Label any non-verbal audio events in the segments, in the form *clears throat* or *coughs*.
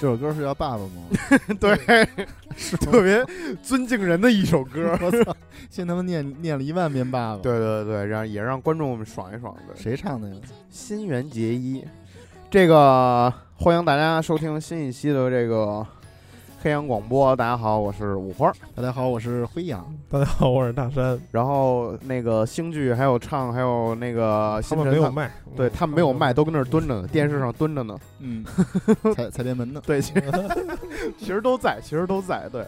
这首歌是叫《爸爸》吗？ *laughs* *laughs* 对，特别尊敬人的一首歌。我操！先他妈念念了一万遍《爸爸》。 *laughs* 对对对，让也让观众们爽一爽对，谁唱的呀？新垣结衣，这个欢迎大家收听新一期的这个黑羊广播。大家好，我是五花。大家好，我是辉阳。大家好，我是大山。然后那个星剧还有唱，还有那个他新们晨没有他们，卖，嗯对他们没有卖，都跟那儿蹲着呢，电视上蹲着呢。嗯， *laughs* 踩踩边门 *laughs* 呢。对，其实 *laughs* 其实都在，其实都在。对，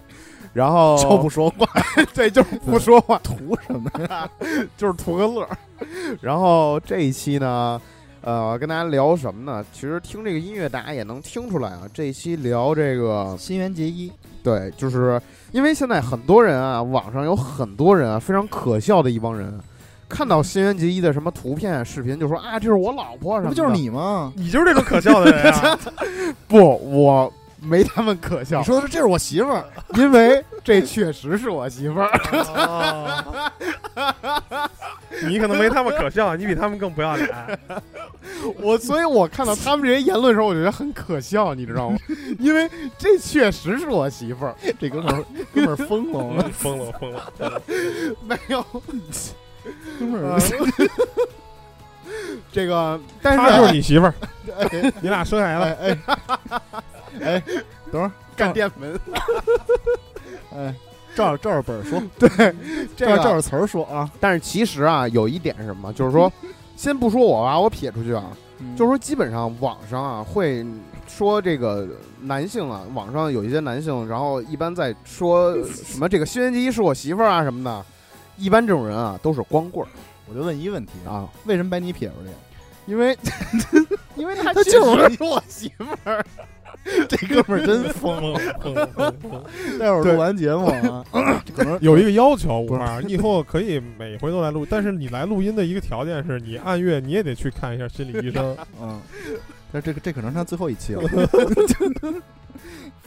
然后就 *laughs* 不说话，对，就是不说话，图什么呀？就是图个乐儿。 *laughs* 然后这一期呢，呃，跟大家聊什么呢？其实听这个音乐，大家也能听出来啊。这一期聊这个，新垣结衣，对，就是因为现在很多人啊，网上有很多人啊，非常可笑的一帮人，看到新垣结衣的什么图片、视频，就说啊，这是我老婆这什么不的。就是你吗？你就是这种可笑的人啊！不，我没他们可你笑，说的是这是我媳妇 *laughs* 儿，因为这确实是我媳妇儿。 *laughs* 哦你可能没他们可笑，你比他们更不要脸。 *laughs* 我所以，我看到他们这些言论的时候，我觉得很可笑，你知道吗？ *laughs* 因为这确实是我媳妇儿。这哥们儿哥们儿疯了吗，嗯疯了，疯了！ *laughs* 没有，哥们 *laughs* 呃 *laughs* 儿这个，但是她就是你媳妇儿，哎你俩生孩哎子，哎哎，等会儿干电 *laughs* 门，哎，照着照着本儿 *laughs* 说，这照着个照着词儿说啊。但是其实啊，有一点是什么，就是说，先不说我把我撇出去啊，嗯就是说，基本上网上啊会说这个男性啊，网上有一些男性，然后一般在说什么这个新垣结衣是我媳妇儿啊什么的，一般这种人啊都是光棍儿我就问一问题啊，啊，为什么把你撇出去？啊因为因为他他就是是 *laughs* 我媳妇儿，这哥们儿哎真疯。疯了，疯了，疯了！ *laughs* 待会儿对录完节目 *laughs* 啊，可能有一个要求，五花，你以后可以每回都来录，但是你来录音的一个条件是你按月你也得去看一下心理医生。嗯，但这个这可能是他最后一 *laughs* 期了。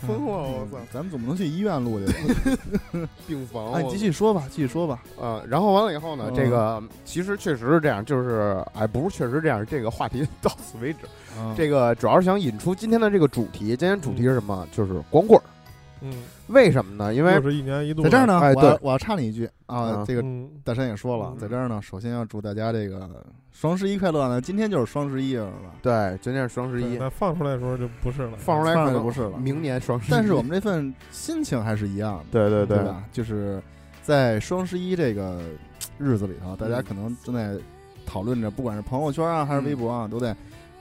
疯了，我操嗯！咱们总不能去医院录去吧？病房， *laughs* 哎，你我继续说吧，继续说吧。呃，然后完了以后呢，嗯这个其实确实是这样，就是哎，不是确实这样，这个话题 *laughs* 到此为止。嗯这个主要是想引出今天的这个主题，今天主题是什么？就是光棍儿。 *laughs* 嗯，为什么呢？因为又是一年一度在这儿呢，哎我对要我要插你一句啊嗯，这的，个嗯，大山也说了，嗯在这儿呢，首先要祝大家这个双十一快乐呢。今天就是双十一了吧？对，今天是双十对一，那放出来的时候就不是了，放出来当可然能不是了，明年双十 *laughs* 一。但是我们这份心情还是一样的，对对对对吧？就是在双十一这个日子里头，大家嗯可能正在讨论着，不管是朋友圈啊，还是微博啊，都在，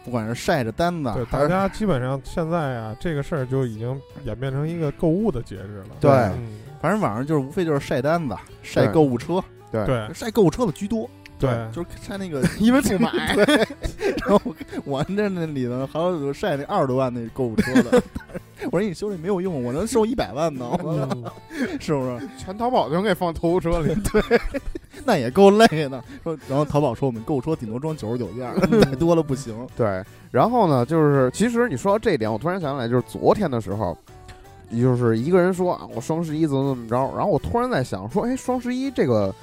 不管是晒着单子啊对，，还大是家基本上现在啊，这个事儿就已经演变成一个购物的节日了。对嗯反正网上就是无非就是晒单子、晒对购物车，对对晒购物车的居多，对，就是晒那 *laughs* 个。因为不买，然后我这那里头还有晒那二十多万那购物车的，我说你修这没有用，我能收一百万呢，嗯是不是？全淘宝全给放购物车里。那也够累的。说，然后淘宝说我们购物车顶多装九十九件儿，太多了不行。 *laughs* 对，然后呢，就是其实你说到这一点，我突然想起来，就是昨天的时候，也就是一个人说啊，我双十一怎么怎么着，然后我突然在想说，哎，双十一这个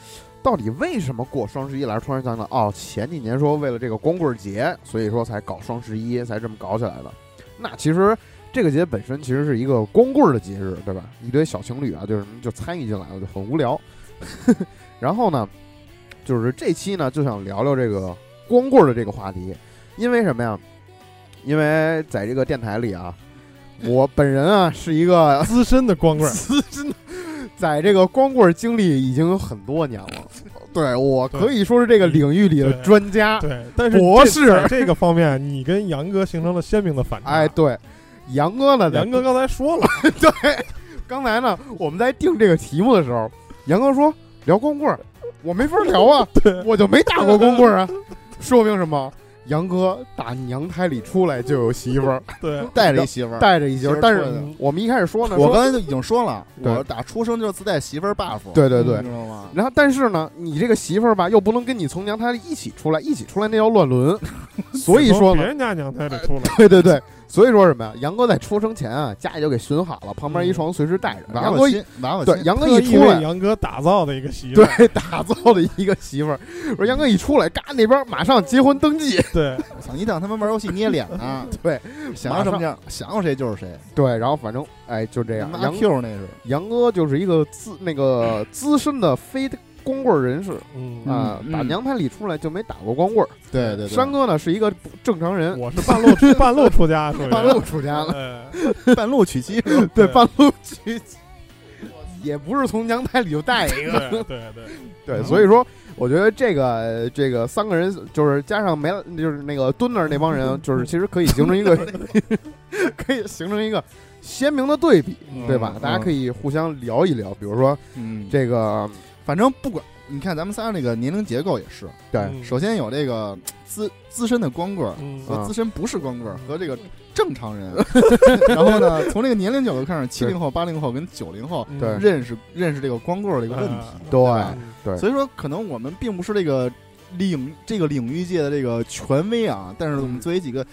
到底为什么过双十一来？突然想到，哦，前几年说为了这个光棍节，所以说才搞双十一，才这么搞起来的。那其实这个节本身其实是一个光棍儿的节日，对吧？一堆小情侣啊，就是就参与进来了，就很无聊。 *laughs* 然后呢，就是这期呢就想聊聊这个光棍儿的这个话题，因为什么呀？因为在这个电台里啊，我本人啊是一个资深的光棍儿，在这个光棍儿经历已经有很多年了， *laughs* 对我对可以说是这个领域里的对专家。 *laughs* 对，但是博这士在这个方面，你跟杨哥形成了鲜明的反 *laughs* 差。哎，，对，杨哥呢？杨哥刚才说了，对，刚才呢，我们在定这个题目的时候，杨哥说聊光棍儿，我没法聊 *laughs* 啊，我就没打过光棍儿啊， *laughs* 说明什么？杨哥打娘胎里出来就有媳妇儿，对，带着一媳妇儿， *laughs* 带着一媳妇儿。媳妇儿但出来的是我们一开始说呢，我说刚才就已经说了，对我打出生就是自带媳妇儿 buff。对对对你，知道吗？然后，但是呢，你这个媳妇儿吧，又不能跟你 *laughs* 从娘胎里一起出来，一起出来那叫乱伦。所以说别呢，人家娘胎里出来，对对对，所以说什么呀？杨哥在出生前啊，家里就给寻好了，旁边一床随时带着。娃杨娃哥一亲，娃娃对亲，杨哥特哎一意出为来，杨哥打造的一个媳妇儿，对， *laughs* 打造了一个媳妇儿。我说杨哥一出来，嘎，那边马上结婚登记。 *laughs* 对，我操！你当他妈玩游戏捏脸呢？对，想要什么样，想要谁就是谁。对，然后反正哎，就这样。妈杨 Q 那是杨哥就是一个资那个资深的非光棍人士嗯，啊、嗯打嗯娘胎里出来就没打过光棍儿。对对对，山哥呢是一个不正常人，我是半路半路出家，属 *laughs* 于半路出家了，了，半路娶妻， *laughs* 对，对半路去， *laughs* 也不是从娘胎里就带一个。对对对，对，所以说，我觉得这个这个三个人就是加上没就是那个蹲那儿那帮人，就是其实可以形成一个，可以形成一个鲜明的对比，嗯对吧？大家可以，以互相聊一聊，比如说嗯，这个，反正不管，你看咱们仨那个年龄结构也是，对嗯首先有这个呃资资深的光棍儿嗯啊和资深不是光棍儿嗯和这个正常人， *laughs* 然后呢， *laughs* 从这个年龄角度看上，七零后、八零后跟九零后嗯对认识认识这个光棍儿的一个问题，啊对嗯对所以说可能我们并不是这个领这个领域界的这个权威啊，但是我们嗯作为几个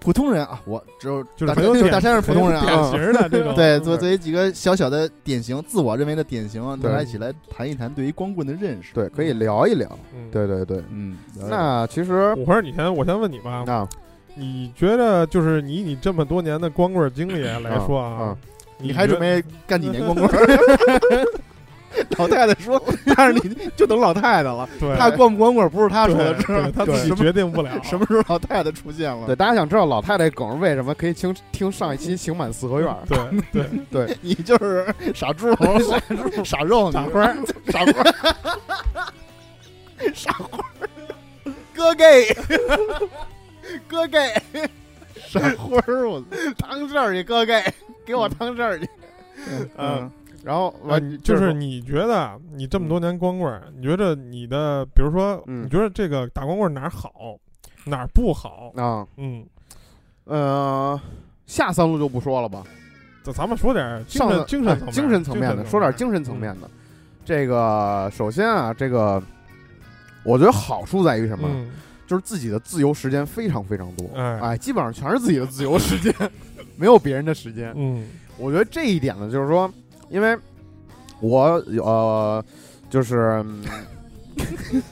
普通人啊，我只有就是大很有就是典大山是普通人很有啊，典型 *laughs* 的这种，对，作作为几个小小的典型，自我认为的典型啊，大对家一起来谈一谈对于光棍的认识。对，可以聊一聊，嗯。对对对。嗯，那其实五花，你先，我先问你吧，啊，你觉得就是以你这么多年的光棍经历来说啊啊，你还觉准备干几年光棍？ *laughs* 老太太说，但是你就等老太太了，对她光不光棍不是她他说的，是他自己什么决定不了？什么时候老太太出现了？对大家想知道老太太梗为什么可以听听上一期《情满四合院》对啊对，对，你就是傻猪， *laughs* 傻猪，傻肉，傻花，傻花，傻花，哥 gay，哥 gay，傻花儿，我当这儿去，哥哥，给我当这儿去。嗯，然后呃啊，完你就是说你觉得啊你这么多年光棍儿，你觉得你的，比如说，嗯你觉得这个打光棍儿哪儿好，哪儿不好？啊，嗯，呃，下三路就不说了吧，咱咱们说点儿精上神的精哎神层面精神层面的，说点精神层面的。这个首先啊，这个我觉得好处在于什么？嗯，就是自己的自由时间非常非常多，哎哎，基本上全是自己的自由时间， *laughs* 没有别人的时间。嗯我觉得这一点呢，就是说，因为我呃，就是。嗯 *laughs*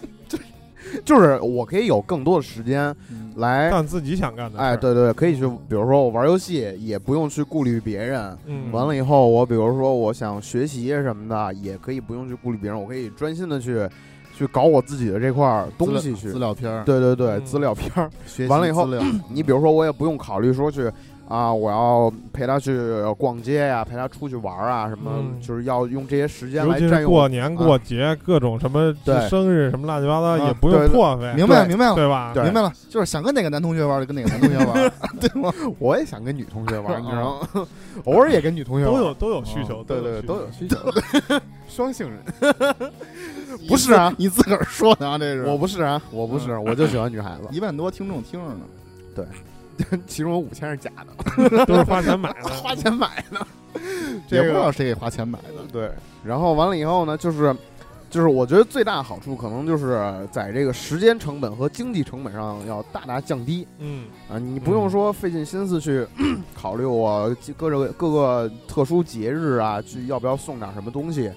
就是我可以有更多的时间嗯来干自己想干的，哎，，对对，可以去，比如说我玩游戏，也不用去顾虑别人。嗯，完了以后，我比如说我想学习什么的，也可以不用去顾虑别人，我可以专心的去去搞我自己的这块儿东西去资。料片儿，对对对，嗯资料片儿。学习完了以后 *clears throat* 资料，你比如说，我也不用考虑说去啊，我要陪他去逛街呀、陪他出去玩啊，什么，嗯就是要用这些时间尤来其占是用我。啊过年过节各种什么对生日什么乱七八糟，啊也不对用对破费，明白了，对明白了。对吧？对明白了，就是想跟哪个男同学玩儿就跟哪个男同学玩儿，对吗？我也想跟女同学玩，你知 *laughs* 道吗？偶尔也跟女同学玩啊都。有都有需求，啊对对，需都有求需求， *laughs* 双性人。不是啊你自个儿说的啊，这是我不是啊，我不是，我就喜欢女孩子，一万多听众听着呢， *laughs* 其中有五千是假的，都是花钱买 *laughs* 的，花钱买的。也这不知道个谁给花钱买的。对，然后完了以后呢，就是就是我觉得最大的好处可能就是在这个时间成本和经济成本上要大大降低嗯啊，你不用说费尽心思去 *clears throat* 考虑我各个各个特殊节日啊，去要不要送点什么东西，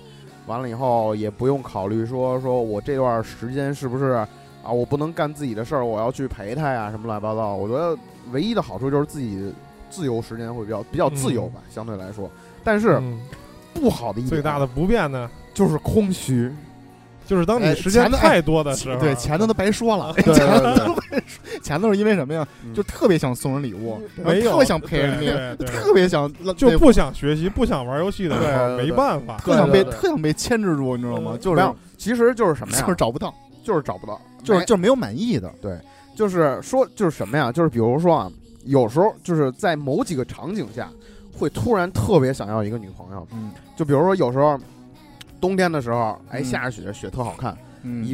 完了以后也不用考虑说说我这段时间是不是。啊，我不能干自己的事儿，我要去陪他呀，什么乱七八糟。我觉得唯一的好处就是自己自由时间会比较比较自由吧，相对来说。但是嗯不好的一点，最大的不便呢，就是空虚。就是当你哎时间钱的太多的时哎候，对，钱的都白说了，对 *laughs* 对钱都是因为什么呀嗯？就特别想送人礼物，然后没有特别想陪人家，对对对特 *laughs* 别想就那不想学习、不想玩游戏的时对对候，对没办法，特想被对对对特想被牵制住，你知道吗？嗯就没是有，其实就是什么就是呀？找不到，就是找不到，就是没就是没有满意的。就是说就是什么呀？就是比如说啊，有时候就是在某几个场景下，会突然特别想要一个女朋友。嗯就比如说有时候冬天的时候，哎，嗯下着雪，雪特好看，一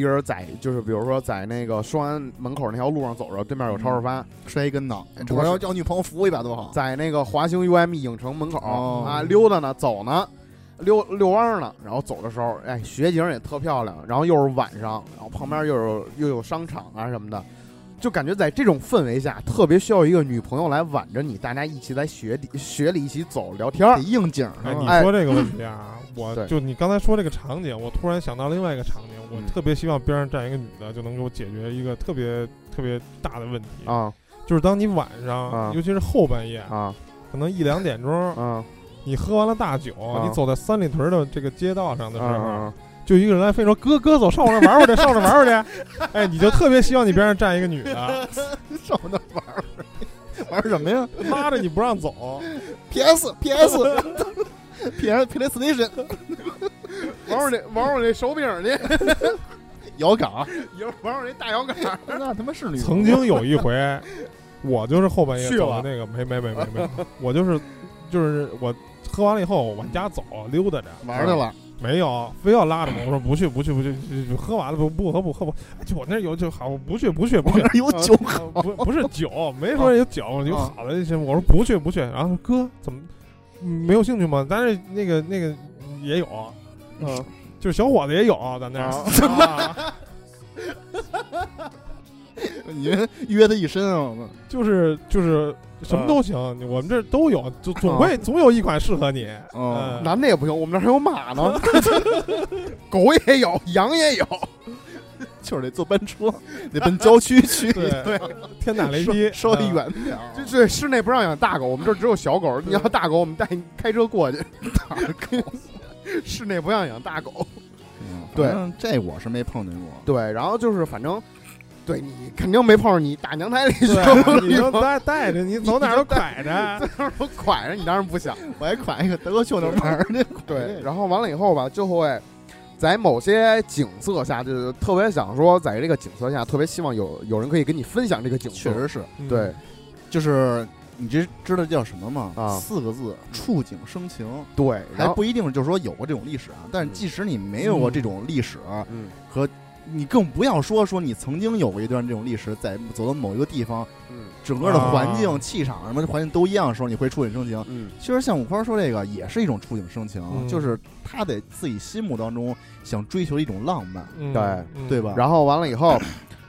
嗯，个人在就是比如说在那个双安门口那条路上走着，对面有超市发，摔一跟头，哎不是我要要女朋友扶我一把多好。在那个华星 UM 影城门口、哦啊溜达呢，走呢，溜溜弯儿呢，然后走的时候，哎，雪景也特漂亮，然后又是晚上，然后旁边又有又有商场啊什么的，就感觉在这种氛围下，特别需要一个女朋友来挽着你，大家一起在雪里雪里一起走聊天得儿。应景哎，是你吧？哎说这个问 *laughs* 题啊，我对就你刚才说这个场景，我突然想到另外一个场景，我嗯特别希望边上站一个女的，就能给我解决一个特别特别大的问题，哎啊就是当你晚啊上，尤其是后半夜，啊可能一两点钟，哎啊你喝完了大酒，啊你走在三里屯的这个街道上的时候，啊！就一个人来非说：“哥哥，走，上我这玩会儿去，上我这玩会儿去。” *laughs* 哎，你就特别希望你边上站一个女的，上我那玩儿，玩儿什么呀拉着你不让走，哎？PS PS PS PlayStation 玩我这玩我这手柄去， *laughs* 摇杆，玩我这大 *laughs* 摇杆。那他妈是女的曾经有 *laughs* 一回，我就是后半夜去走了的那个，没没没没没， *laughs* 我就是就是我喝完了以后往家走溜达着，玩儿去 *laughs* 了，没有非要拉着我，我说不去不去不去，就就喝完了不不喝不喝不，哎就我那儿有就好，我不去不去不我去那，儿有酒喝，呃 *laughs* 不不是酒，没啊说有酒，有好的那些。我说不去不去，然后说哥怎么嗯没有兴趣吗？但是那个那个也有，嗯，就是小伙子也有咱那儿啊啊，你约他一身啊！我们 *laughs* 就是就是什啊么都行，我们这儿都有，就总会总有一款适合你。哦嗯 *laughs* 男的也不行，我啊们那儿还有马呢， *laughs* 狗也有，羊也有。就是得坐班 *laughs* 车，得奔郊区去， *laughs* 对对，天打雷劈，稍微嗯。远点儿。这这室内不让养大狗，我们这儿只有小狗。你要大狗，我们带你开车过去。 *laughs* 大狗，室内不让养大狗。嗯对，反正这我是没碰见过。对，然后就是反正，对你肯定没碰上你打娘胎里去对，*laughs* 你就带带着，你走哪儿都拐着。我拐着你当然不想。我还款一个德国秀那玩儿去，对，然后完了以后吧，就会在某些景色下，就是特别想说，在这个景色下，特别希望有有人可以跟你分享这个景色确。实是，*laughs* 嗯对，就是你这知道叫什么吗？啊四个字：触景生情。对，还然后不一定就是说有过这种历史啊，但是即使你没有过这种历史，啊嗯你更不要说说你曾经有过一段这种历史，在走到某一个地方，嗯整个的环境、啊气场什么环境都一样的时候，你会触景生情。嗯其实像五花说这个也是一种触景生情，嗯就是他得自己心目当中想追求一种浪漫，嗯对嗯对吧？然后完了以后，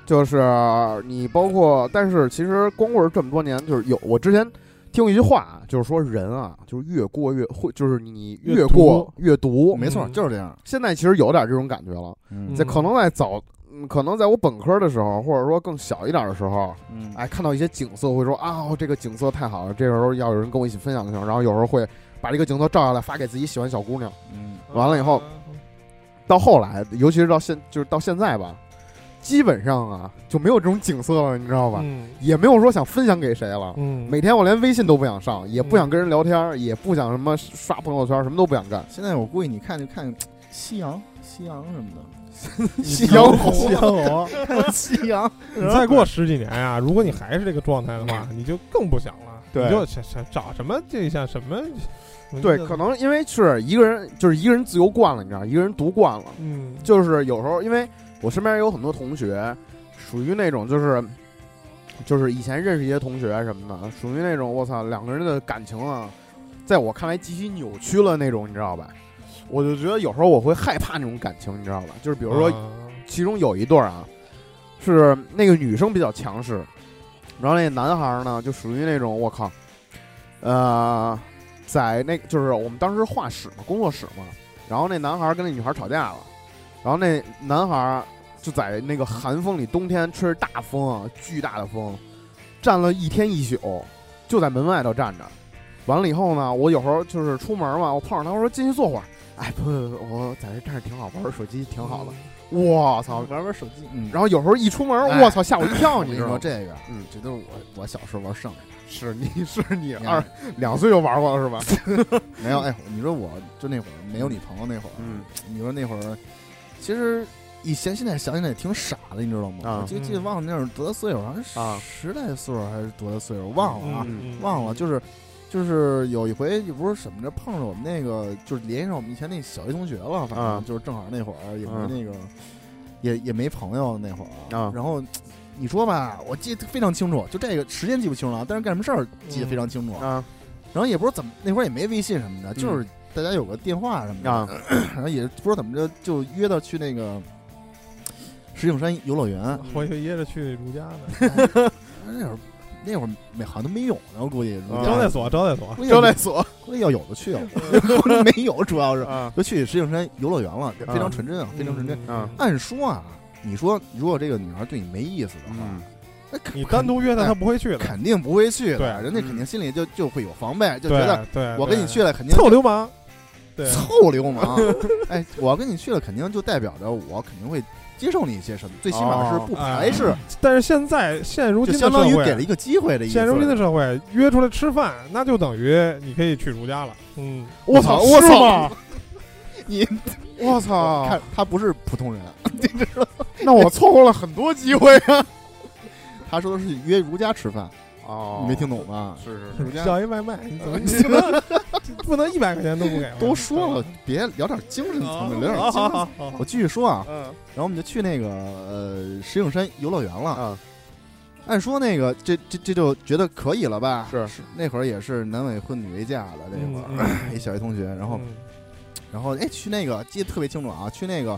就是你包括，但是其实光棍儿这么多年，就是有我之前听过一句话啊，就是说人啊，就是越过越会，就是你越越毒过越毒。没错，嗯就是这样。现在其实有点这种感觉了，嗯在可能在早，嗯可能在我本科的时候，或者说更小一点的时候，嗯，哎，看到一些景色会说啊、这个景色太好了，这时候要有人跟我一起分享就行。然后有时候会把这个景色照下来发给自己喜欢小姑娘。嗯，完了以后，到后来，尤其是到现就是到现在吧，基本上啊就没有这种景色了，你知道吧？嗯也没有说想分享给谁了。嗯，每天我连微信都不想上，也不想跟人聊天，也不想什么刷朋友圈，什么都不想干。现在我估计你看就看夕阳、夕阳什么 *laughs* 的，夕 *laughs* 嗯阳红夕阳红。看夕阳。 *laughs* 你再过十几年啊，如果你还是这个状态的话，嗯你就更不想了。对你就想想找什么这像什么， *laughs* *laughs* 对，可能因为是一个人，就是一个人自由惯了，你知道，一个人独惯了。嗯，就是有时候，因为我身边有很多同学，属于那种就是，就是以前认识一些同学啊什么的，属于那种我操，两个人的感情啊，在我看来极其扭曲了那种，你知道吧？我就觉得有时候我会害怕那种感情，你知道吧？就是比比如说，其中有一对儿啊，是那个女生比较强势，然后那男孩儿呢就属于那种我靠，呃，在那就是我们当时画室嘛，工作室嘛，然后那男孩儿跟那女孩儿吵架了，然后那男孩儿就在那个寒风里，冬天吹着大风啊，巨大的风，站了一天一宿，就在门外头站着。完了以后呢，我有时候就是出门嘛，我碰上他，我说进去坐会儿。哎，不不不，我在这站着挺好，玩会儿手机挺好的。我操！玩玩手机，嗯，然后有时候一出门哎，我操，吓我一跳，我跟你你知道说吗？这个，嗯这都是我我小时候玩剩下是你是你嗯二两岁就玩过了是吧？的。没有，哎，你说我就那会儿没有女朋友那会儿，嗯你说那会儿，其实以前现在想起来也挺傻的，你知道吗？啊我记记得嗯忘了那会儿多大岁数，好像啊是十来岁数还是多大岁数，忘了啊，嗯忘了。就是就是有一回，也不是什么着，碰上我们那个就是联系上我们以前那小学同学了，反啊正就是正好那会儿也没啊那个，也也没朋友那会儿啊然后。你说吧，我记得非常清楚，就这个时间记不清了啊，但是干什么事儿记得非常清楚。啊嗯然后也不知道怎么，那会儿也没微信什么的，就是大家有个电话什么的，啊然后也不知道怎么着就约到去那个石景山游乐园，我就掖着去如家呢，嗯那会儿那会儿没好像都没有呢，我估计如嗯家招待所，招待所，估计招待所估计要有的去啊，估计没有主要是啊就去石景山游乐园了，非常嗯啊纯真啊，非常纯真。啊按说啊，你说如果这个女孩对你没意思的嗯话，那肯嗯你单独约她，她不会去的。哎肯定不会去对嗯的，人家肯定心里就就会有防备，就对觉得对，我跟你对去了肯定臭流氓，对，臭流 *laughs* 氓。哎，我跟你去了，肯定就代表着我肯定会接受你一些什么，最起码哦是不排哎斥，但是现在现如就今的相当于社会给了一个机会的意思。现如今的社会，约出来吃饭，那就等于你可以去如家了。嗯，我操我我操操，你我操看，他不是普通人，啊 *laughs* 那我错过了很多机会啊！他说的是约如家吃饭，哦你没听懂吧？是是是，啊叫一外卖，你怎么 *laughs* 你不能一百块钱都不给？都说了，别聊点精神层面，聊点哦精神。我继续说啊，嗯然后我们就去那个呃石景山游乐园了。啊，按说那个这这这就觉得可以了吧？是那会儿也是男未婚女未嫁的那会嗯儿，*laughs* 嗯一小学同学，然后嗯然后哎，去那个记得特别清楚啊，去那个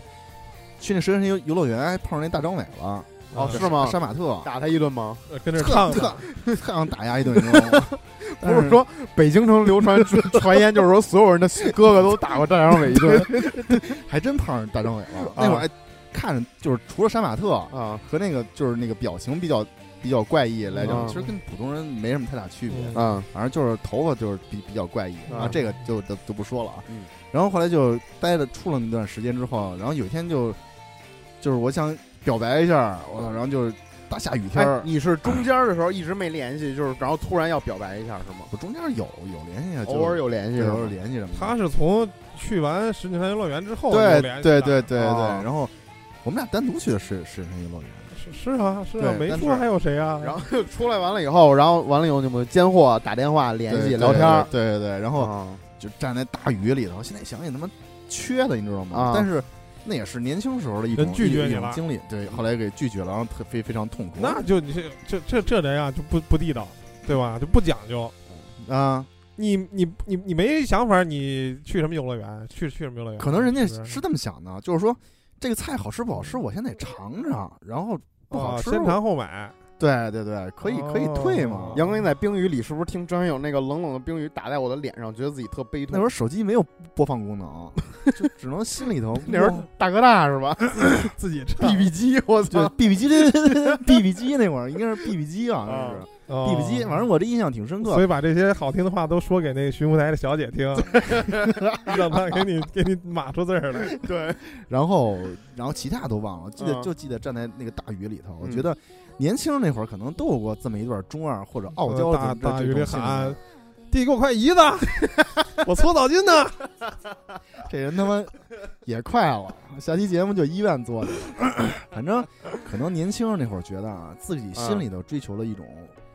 去那石景山游游乐园，还碰上那大张伟了，哦嗯是吗杀马特打他一顿吗？呃跟这儿特唱特的， *laughs* 特想打压一顿，你知道吗？ *laughs* 不是说北京城流传传言，就是说所有人的哥哥 *laughs* 都打过赵阳伟一顿但是还真碰上大张伟了。那会儿哎看着就是除了杀马特 *laughs* 啊和那个就是那个表情比较比较怪异来讲，嗯其实跟普通人没什么太大区别。嗯啊！反正就是头发就是比比较怪异嗯啊，这个就就就不说了啊。嗯然后后来就待了处了那段时间之后，然后有一天就就是我想表白一下，我操，然后就是大下雨天哎儿，，你是中间的时候一直没联系，就是然后突然要表白一下是吗？我中间有有联系啊，就偶尔有联系对是偶尔吗？联系什么的。他是从去完石景山游乐园之后对就联系对的对对对，哦然后我们俩单独去的是是那个乐园，是是啊是对啊，没但说是还有谁啊？然后出来完了以后，然后完了以后你们间货啊打电话联对系聊天儿，对对对对，然后哦就站在大雨里头，现在想想他妈缺的，你知道吗？啊但是。那也是年轻时候的一种人拒绝一你一种了经历，对，后来给拒绝了，然后特非非常痛苦。那就你这这这这人啊就不不地道，对吧？就不讲究。啊，你你你你没想法，你去什么游乐园？去去什么游乐园？可能人家是不是这么想的，啊就是说这个菜好吃不好吃，我先得尝尝，然后不好啊吃先尝后买。对对对，可以可以退嘛哦。杨哥，你在冰雨里是不是听张学友那个冷冷的冰雨打在我的脸上，觉得自己特悲那痛时？候手机没有播放功能，就只能心里 *laughs* 头那时候大哥大是 *laughs* 吧自己唱？BB 机，我对操！啊 BB 机对对对 BB 机那会儿应该是 BB 机啊，啊那是哦 BB 机，反正我这印象挺深刻所。以把这些好听的话都说给那个巡湖台的小姐 *laughs* 听，让她给你给你码出字儿来。对，然后然后其他都忘了，记得嗯就记得站在那个大雨里头，我嗯觉得年轻那会儿可能都有过这么一段中二或者傲娇呃大的这大这雨里种心理喊：“递给我块姨子， *laughs* 我搓澡巾呢。这人他妈也快了，下期节目就医院做的。 *clears throat* 反正可能年轻人那会儿觉得啊，自己心嗯里头追求了一种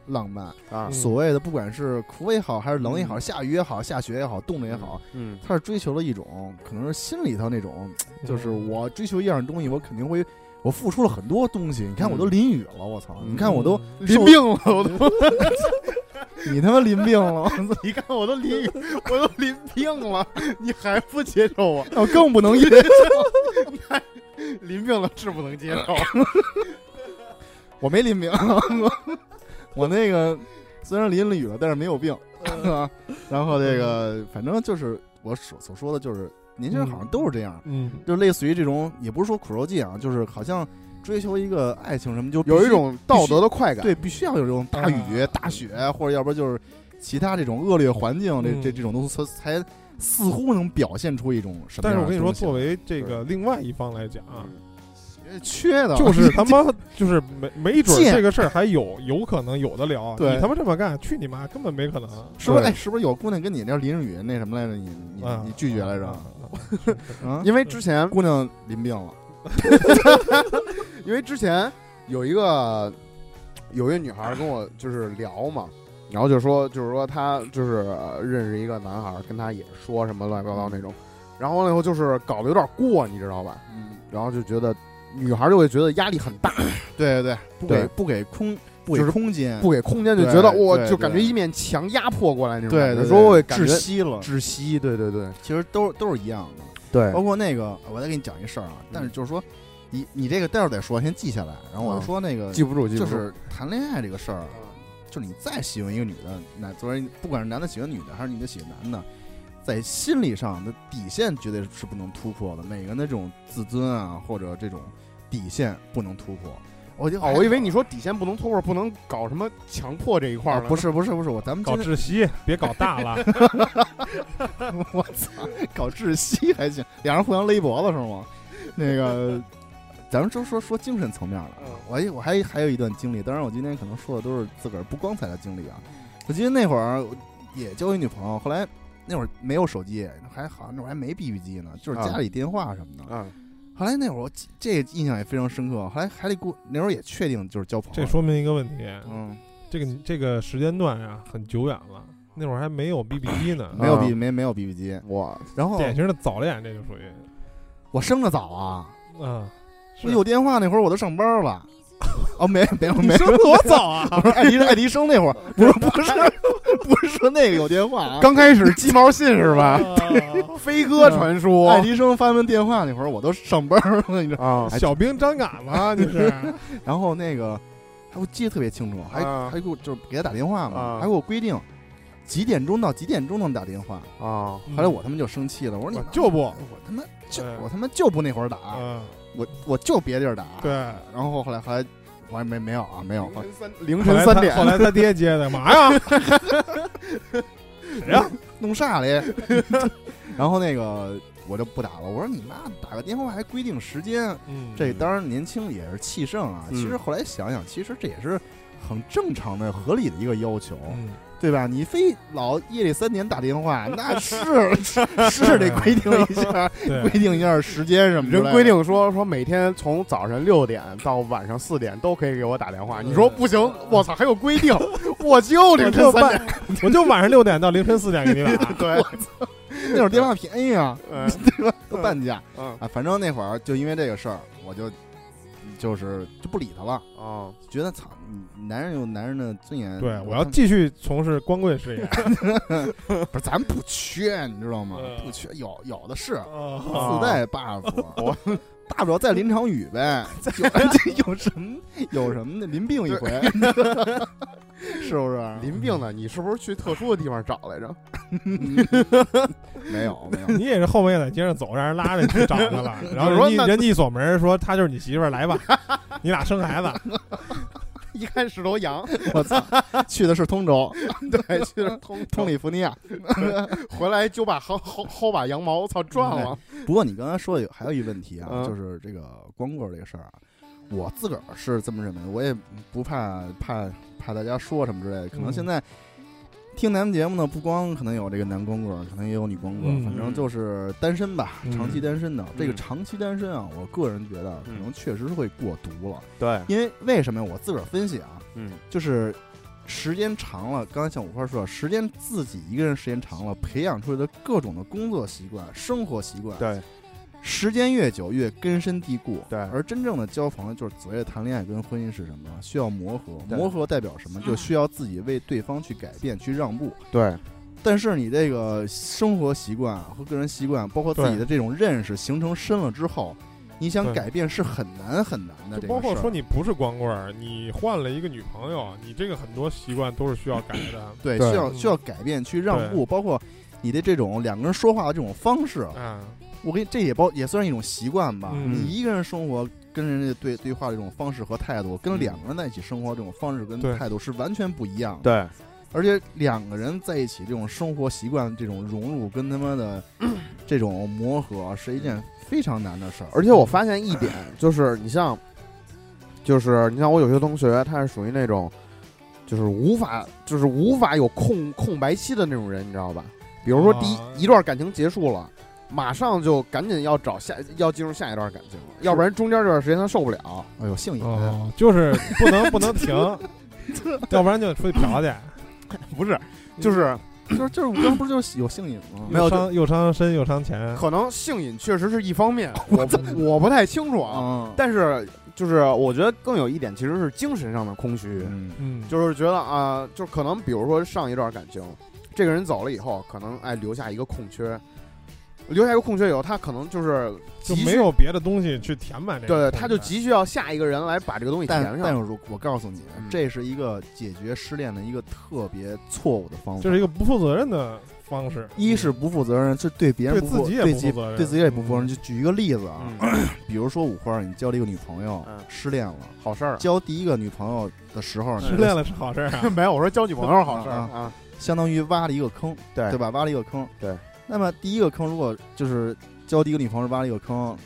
浪漫，啊嗯，所谓的不管是苦也好，还是冷也好，嗯下雨也好，下雪也好，冻着也好，嗯，他是追求了一种可能是心里头那种， *laughs* 就是嗯我追求一样东西，我肯定会。我付出了很多东西，你看我都淋雨了，我操！嗯你看我都淋病了，我都，你他妈淋病了，你看我都淋雨，我都淋病了，你还不接受我？我哦更不能忍。 *laughs* 淋病了是不能接受。我没淋 *laughs* 病，我我那个虽然淋了雨了，但是没有病。嗯啊，然后这个反正就是我所所说的就是年轻人好像都是这样，嗯，就类似于这种，也不是说苦肉计啊，就是好像追求一个爱情什么就必须有一种道德的快感，对，必须要有这种大雨、啊大雪，或者要不然就是其他这种恶劣环境，这这嗯这种东西才才似乎能表现出一种什么嗯但样是的东西。我跟你说，作为这个另外一方来讲啊，缺的啊就是他妈就是没没准贱这个事儿还有有可能有的聊。对你他妈这么干，去你妈，根本没可能。是不是？对哎，是不是有姑娘跟你那淋着雨那什么来着？你你啊你拒绝来着？啊啊啊啊，因为之前姑娘淋病了，因为之前有一个有一个女孩跟我就是聊嘛，然后就说就是说她就是呃认识一个男孩，跟她也说什么乱七八糟那种，然后完了以后就是搞得有点过，你知道吧？嗯，然后就觉得女孩就会觉得压力很大，对对对，不给对不给空不就给是空间，不给空间，就对觉得我对就感觉对一面墙压迫过来那种对感觉，对，说会对感窒觉息了，窒息，对对对哦其实都是都是一样的。对嗯包括那个，我再给你讲一事儿啊，但是就是说，你你这个待会儿得说，先记下来。然后我就嗯说那个，记不住，记就不住。是谈恋爱这个事儿，啊就是你再喜欢一个女的，那作为不管是男的喜欢女的，还是女的喜欢男的，在心理上的底线绝对是不能突破的。每个人的这种自尊啊，或者这种底线不能突破。我就哦，我以为你说底线不能突破，不能搞什么强迫这一哎块啊儿，了。不是不是不是，我咱们 *laughs* 搞今窒息，别搞 *laughs* 大了。天我操，搞窒息还行， *laughs* 俩人互相勒脖子是吗？那个，咱们就说说精神层面的。嗯，我还我还还有一段经历，当然我今天可能说的都是自个儿不光彩的经历啊。我记得那会儿也交一女朋友，后来那会儿没有手机，还好那会儿还没 BB 机呢，就是家里电话什么的。嗯，后来那会儿我记这个印象也非常深刻，后来还得给我那会儿也确定就是交朋友。这说明一个问题，嗯，这个这个时间段啊很久远了，那会儿还没有 BB 机呢，嗯没有啊 B 没没有 BB 机，我然后典型的早恋，这就属于我生的早啊，啊。是我有电话那会儿我都上班 *laughs* 了。哦，没没有没有，多早啊！我说爱迪爱迪生那会儿，不是不是不是说那个有电话啊，哎刚开 *laughs* 始鸡毛信是啊吧？*laughs* 飞哥传说爱迪生发明电话那会儿，我都上班儿了，你知道。啊，小兵张嘎嘛，就是嗯然后那个，还我记得特别清楚，还、啊还给我就是给他打电话嘛，啊还给我规定几点钟到几点钟能打电话。啊，嗯后来我他妈就生气了，我说你我妈就不我他妈就、嗯我他妈就不那会儿打，啊，我我就别地儿打。对，然后后来后来我还没没有啊，没有。嗯后来凌后来晨他三点后，来他爹接的，嘛哎呀？谁呀？弄啥嘞？ *laughs* 然后那个我就不打了，我说你妈打个电话还规定时间，啊嗯这当然年轻也是气盛啊。嗯其实后来想想，其实这也是很正常的、合理的一个要求，嗯对吧？你非老夜里三点打电话，那是是是得规定一下，规对，定一下时间什么之人类的规。定说说每天从早上六点到晚上四点都可以给我打电话。你说不行，我操，还有规定， *laughs* 我就凌晨三点。。我就晚上六点到凌晨四点给你打对，那会儿电话便宜啊，嗯对吧？都半价嗯啊。反正那会儿就因为这个事儿，我就就是就不理他了，啊，觉得操，你男人有男人的尊严。对，我要他继续从事光棍事业。 *laughs* 不是咱不缺，你知道吗？嗯不缺，有有的是。啊自带 *laughs* buff，、大不了再淋场雨呗，有 *laughs* 有什么有什么的淋病一回， *laughs* 是不是？淋病呢？你是不是去特殊的地方找来着？ *laughs* 没有没有， *laughs* 你也是后半夜在街上走，让人拉着你去找去了，然后我说人家那人家一锁门说她就是你媳妇儿，来吧，你俩生孩子，一看是头羊，我操，去的是通州，对，去那儿通通利福尼亚。回来就把薅薅薅把羊毛，操，赚了。不过你刚才说的有还有一问题啊，嗯就是这个光棍儿这个事儿啊，我自个儿是这么认为的，我也不怕怕怕大家说什么之类的。可能嗯现在听咱们节目呢，不光可能有这个男光棍儿，可能也有女光棍儿，嗯反正就是单身吧，嗯嗯长期单身的。这个长期单身啊，我个人觉得可能确实会过毒了，对，因为为什么呀？我自个儿分析啊，嗯，就是。时间长了，刚才像五花说，时间自己一个人时间长了，培养出来的各种的工作习惯、生活习惯，对，时间越久越根深蒂固。对而真正的交朋友就是所谓的谈恋爱跟婚姻是什么？需要磨合，对磨合代表什嗯么？就需要自己为对方去改变、去让步。对，但是你这个生活习惯啊和个人习惯，包括自己对的这种认识形成深了之后，你想对改变是很难很难的。就包括这个事儿说你不是光棍儿，你换了一个女朋友，你这个很多习惯都是需要改的。对对需要嗯需要改变、去让步，包括你的这种两个人说话的这种方式，啊，我跟你这也包也算是一种习惯吧。嗯你一个人生活跟人家对对话的这种方式和态度，跟嗯两个人在一起生活这种方式跟对态度是完全不一样的。对，而且两个人在一起这种生活习惯、这种融入跟他妈的这种磨合是一件非常难的事儿。而且我发现一点，就是你像，就是你像我有些同学，他是属于那种，就是无法，就是无法有空空白期的那种人，你知道吧？比如说第一、啊一段感情结束了，马上就赶紧要找下，要进入下一段感情了，要不然中间这段时间他受不了。哎呦，性瘾、哦，就是不能不能停，要不然就出去嫖去，不是，就是就是就是我刚不是就是有性瘾吗？没有又伤又伤身又伤钱。可能性瘾确实是一方面，我不我不太清楚啊。啊，但是就是我觉得更有一点其实是精神上的空虚，嗯，嗯，就是觉得啊、就可能比如说上一段感情，这个人走了以后，可能哎留下一个空缺，留下一个空缺以后，他可能就是就急需没有别的东西去填满这对，个空白。他就急需要下一个人来把这个东西填但但上。是我告诉你嗯，这是一个解决失恋的一个特别错误的方法。这是一个不负责任的方式。一是不负责任，这对别人对不负自己也对不己负责任嗯对自己也不负责任。就举一个例子啊，嗯比如说五花，你交了一个女朋友嗯，失恋了。好事儿啊交第一个女朋友的时候，失恋了是好事儿啊， *laughs* 没有，我说交女朋友好事啊儿。啊，相当于挖了一个坑，对对吧？挖了一个坑，对。那么第一个坑，如果就是交第一个女朋友挖了一个坑，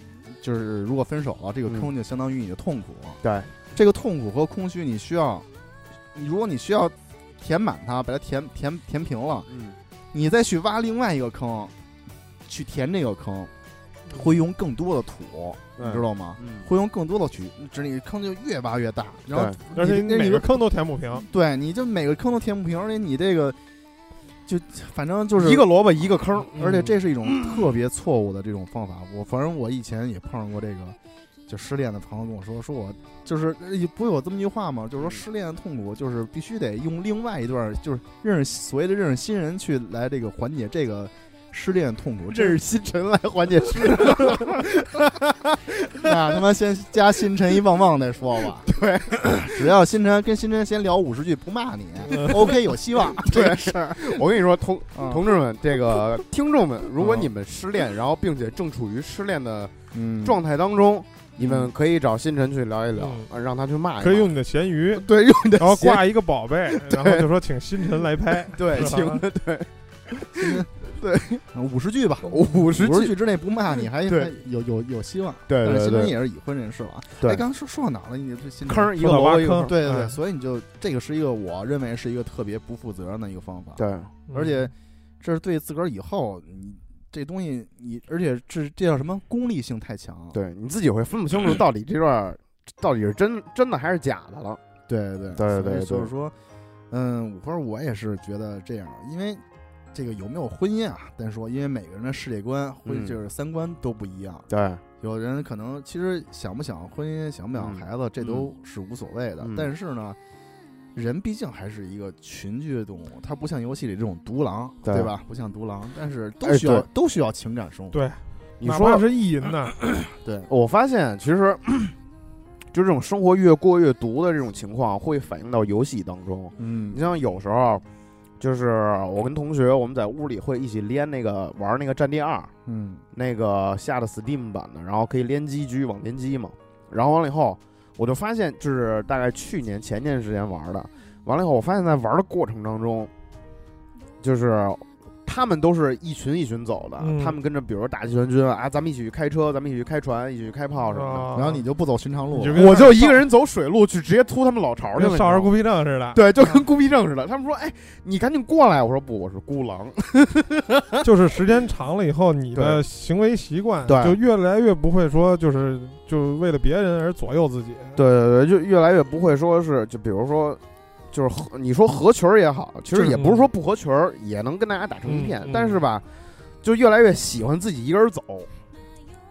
就是如果分手了，这个嗯坑就相当于你的痛苦。对，这个痛苦和空虚，你需要，你如果你需要填满它，把它填填填平了，嗯，你再去挖另外一个坑，去填这个坑，会用更多的土，你知道吗？嗯，会用更多的土，这里坑就越挖越大，然后你而且你哎每你个坑都填不平。对，你就每个坑都填不平，而且你这个就反正就是一个萝卜一个坑，嗯而且这是一种特别错误的这种方法。我反正我以前也碰上过这个，就失恋的朋友跟我说，说我就是呃不是有这么一句话吗？就是说失恋的痛苦就是必须得用另外一段，就是认识所谓的认识新人去来这个缓解这个失恋的痛苦。这认识是新陈来缓解失恋， *laughs* 那他妈先加星辰一旺旺再说吧。对，只要星辰跟星辰先聊五十句，不骂你，OK 嗯有希 *laughs* 望。 *laughs* 对是，我跟你说，同嗯同志们，这个听众们，如果嗯你们失恋，然后并且正处于失恋的嗯状态当中，你们嗯可以找新辰去聊一聊，啊让他去骂一骂，可以用你的咸鱼，对用你的然后闲挂一个宝贝，然后就说请星辰来拍。对 *laughs* 是吧行的对五十句吧， *laughs* 五十五十句句之内不骂你，还对还有有有希望。对但是对新闻对也是已婚人士了啊。对嗯哎，刚刚说说到哪了？你这新闻坑儿一个说到萝挖卜一个坑坑，对对哎对，所以你就这个是一个我认为是一个特别不负责任的一个方法，对嗯而且这是对自个儿以后你这东西你，而且这这叫什么功利性太强。对，你自己会分不清楚到底这段到底是真真的还是假的了。对对对对所以对就是说，嗯，五花我也是觉得这样，因为。这个有没有婚姻啊？单说，因为每个人的世界观、婚嗯就是三观都不一样。对，有人可能其实想不想婚姻、想不想嗯孩子，这都是无所谓的。嗯但是呢，人毕竟还是一个群居的动物，它不像游戏里这种独狼，对对吧？不像独狼，但是都哎需要、对都需要情感生活。对你哪怕说是意淫呢，我发现其实就这种生活越过越毒的这种情况，会反映到游戏当中。嗯你，像有时候，就是我跟同学我们在屋里会一起连那个玩那个《战地二》，嗯那个下的 Steam 版的，然后可以联机局网联机嘛。然后完了以后，我就发现就是大概去年前年时间玩的，完了以后我发现在玩的过程当中，就是。他们都是一群一群走的，嗯他们跟着，比如大集团军啊，咱们一起去开车，咱们一起去开船，一起去开炮什么的。啊然后你就不走寻常路你就了，跟我就一个人走水路去，直接突他们老巢去了。跟你知少道儿吗孤僻症似的，对，就跟孤僻症似的。他们说：“哎，你赶紧过来！”我说：“不，我是孤狼。就是时间长了以后，你的行为习惯对就越来越不会说就是就为了别人而左右自己。”对对对，就越来越不会说是，就比如说，就是合你说合群儿也好，其就实是也不是说不合群儿，也能跟大家打成一片，嗯嗯但是吧，就越来越喜欢自己一个人走。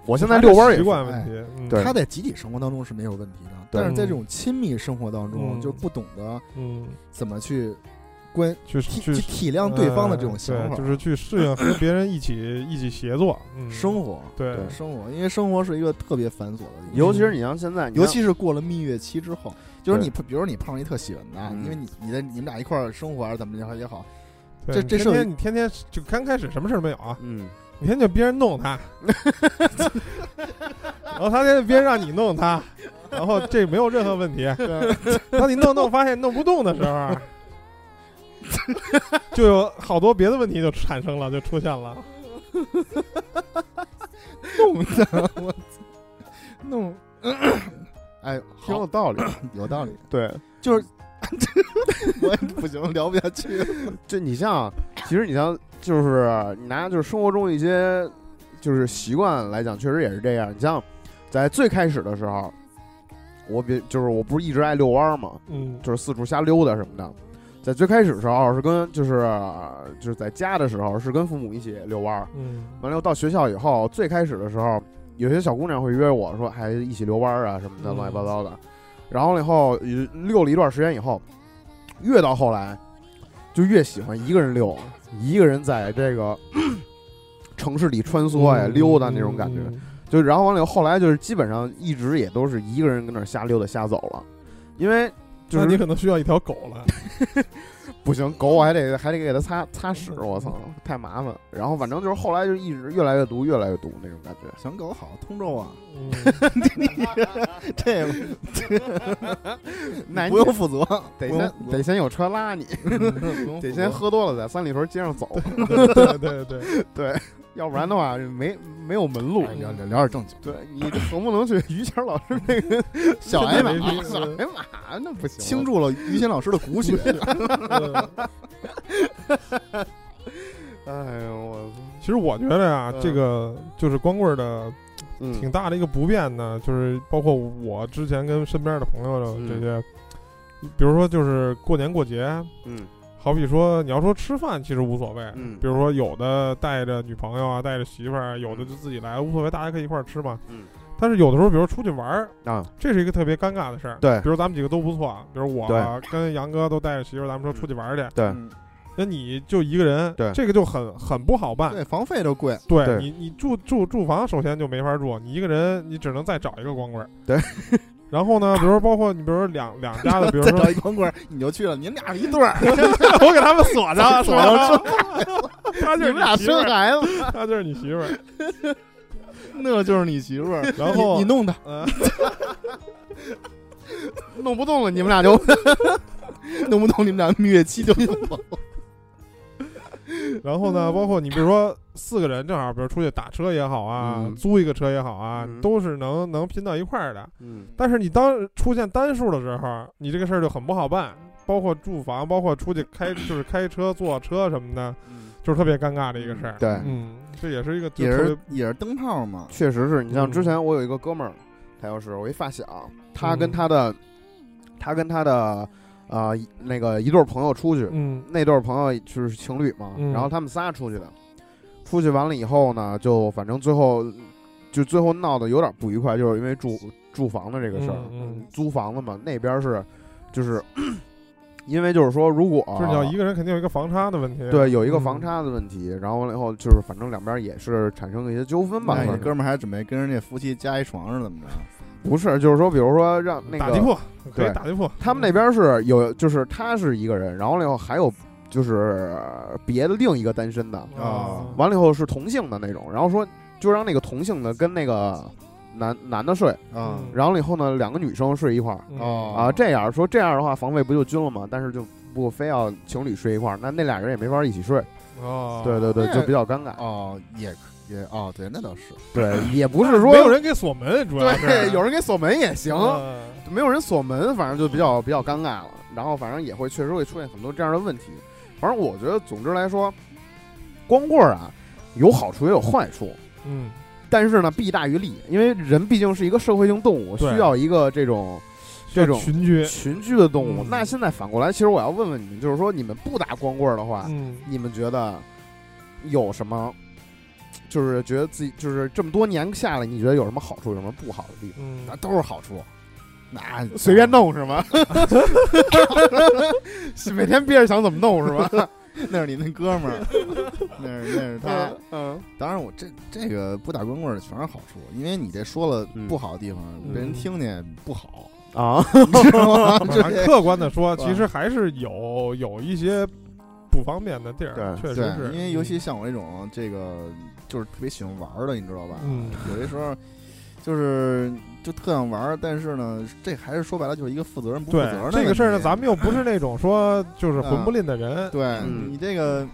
我现在还是遛弯儿也习是哎惯问题，嗯对他在集体生活当中是没有问题的，对但是在这种亲密生活当中，嗯就不懂得嗯，怎么去关去体去去体谅对方的嗯这种想呃法，对就是去适应 *clears throat* 和别人一起一起协作，嗯，生活。对对生活，因为生活是一个特别繁琐的一个尤其是你像现在，你尤像其是过了蜜月期之后，就是对你，比如说你碰上一特喜欢的啊，嗯因为你你在你们俩一块儿生活还是怎么着也好，这对你这天是有天你天天就刚开始什么事儿没有啊，嗯，你天天就别人 *laughs* 弄他，然后他天天别人让你弄他，然后这没有任何问题。当你弄弄发现弄不动的时候，就有好多别的问题就产生了，就出现了。弄的我操，弄，哎，挺有好道理。 *clears throat* 有道理，对，就是我也不行，聊不下去 *laughs* 了，就你像，其实你像，就是你拿就是生活中一些就是习惯来讲，确实也是这样。你像在最开始的时候，我比就是我不是一直爱遛弯儿嘛，嗯，就是四处瞎溜达什么的。在最开始的时候是跟就是就是在家的时候是跟父母一起遛弯儿，嗯，完了又到学校以后，最开始的时候有些小姑娘会约我说还一起遛弯儿啊什么的嗯乱七八糟的，然后了以后呃溜了一段时间以后，越到后来就越喜欢一个人溜，一个人在这个。 *clears throat* 城市里穿梭呀、溜达那种感觉。嗯就然后完了以后，后来就是基本上一直也都是一个人跟那儿瞎溜达瞎走了，因为就那你是可能需要一条狗了。不行，狗我还得还得给它擦擦屎，我操，太麻烦。然后反正就是后来就一直越来越毒，越来越毒那种感觉。 *laughs* 想搞好通州 *laughs* 啊，嗯这个那不用负责，得不用先得先有车拉你，嗯得先喝多了在三里屯街上走，对对对，要不然的话没没有门路哎。聊聊聊点正经，对你总不能去于谦老师那个小矮马没意，思小矮马那不行。倾注了于谦老师的骨 *laughs* 血。嗯哎呦我操，其实我觉得呀，嗯这个就是光棍儿的挺嗯大的一个不便呢，就是包括我之前跟身边的朋友嗯这些，比如说就是过年过节，嗯好比说你要说吃饭其实无所谓，嗯比如说有的带着女朋友啊，带着媳妇儿啊，有的就自己来，无所谓，大家可以一块儿吃嘛。嗯。但是有的时候，比如出去玩儿，啊这是一个特别尴尬的事儿。对比如咱们几个都不错啊，比如我啊跟杨哥都带着媳妇儿，咱们说出去玩儿去，对嗯那你就一个人，对这个就很很不好办。对，房费都贵，对对你，你住住住房首先就没法住，你一个人你只能再找一个光棍儿。对。然后呢，比如说包括你，比如说两两 *laughs* 家的，比如再说找一光棍儿你就去了，你们俩是一对儿，我给他们锁上，锁上 *laughs* 生， *laughs* 他就你是们俩媳妇儿生孩子， *laughs* 他就是你媳妇儿。 *laughs* 那就是你媳妇儿，然后你你弄的，呃，弄不动了，你们俩就弄不动你们俩蜜月期就弄了。然后呢，包括你比如说四个人正好，比如出去打车也好啊，嗯租一个车也好啊，嗯都是能能拼到一块儿的。嗯但是你当出现单数的时候，你这个事儿就很不好办，包括住房，包括出去开就是开车坐车什么的，就是特别尴尬的一个事儿。对，嗯，这也是一个嗯就也特是别也是灯泡嘛，确实是你像嗯之前我有一个哥们儿，他就是我一发小，他嗯跟他的，他跟他的，呃，一那个一对儿朋友出去，嗯那对儿朋友就是情侣嘛，嗯然后他们仨出去的，出去完了以后呢，就反正最后就最后闹得有点不愉快，就是因为住住房的这个事儿，嗯嗯租房子嘛，那边是就是因为就是说如果就是你要一个人肯定有一个房差的问题。哦对，有一个嗯房差的问题，然后完了以后就是，反正两边也是产生了一些纠纷哎吧。那反你正哎哥们儿还准备跟人家夫妻加一床是怎么着？不是，就是说，比如说让那打地个铺可以对打地铺，他们那边是有，就是他是一个人，然后了以后还有就是呃别的另一个单身的，嗯啊完了以后是同性的那种，然后说就让那个同性的跟那个男男的睡，啊嗯然后了以后呢两个女生睡一块儿嗯哦啊，这样说这样的话房费不就均了吗？但是就不非要情侣睡一块儿，那那俩人也没法一起睡，哦，对对对，那就比较尴尬。哦，也可也哦，对，那倒是，对，也不是 *laughs* 说没有人给锁门，主要是对，有人给锁门也行，嗯没有人锁门，反正就比较比较尴尬了。然后反正也会确实会出现很多这样的问题。反正我觉得，总之来说，光棍儿啊有好处也有坏处，嗯，但是呢弊大于利，因为人毕竟是一个社会性动物，需对要一个这种这种群居，群居的动物。嗯那现在反过来，其实我要问问你们，就是说你们不打光棍儿的话，嗯，你们觉得有什么？就是觉得自己就是这么多年下来，你觉得有什么好处，有什么不好的地方？嗯那，都是好处，那随便，弄是吗？每天憋着想怎么弄是 *laughs* 吧？那是你那哥们儿，那是那是他。嗯当然，我这这个不打光棍儿的全是好处，因为你这说了嗯不好的地方，嗯被人听见不好，啊，你知道吗？ *laughs* 反 *laughs* 正这客观的说，对其实还是有有一些不方便的地儿，对确实对，是，嗯因为尤其像我这种这个就是特别喜欢玩儿的，你知道吧？嗯 *laughs* 有些时候就是就特想玩儿，但是呢，这还是说白了就是一个负责任不负责对任的这个事儿呢，问题咱们又不是那种说就是混不吝的人，对、嗯你这个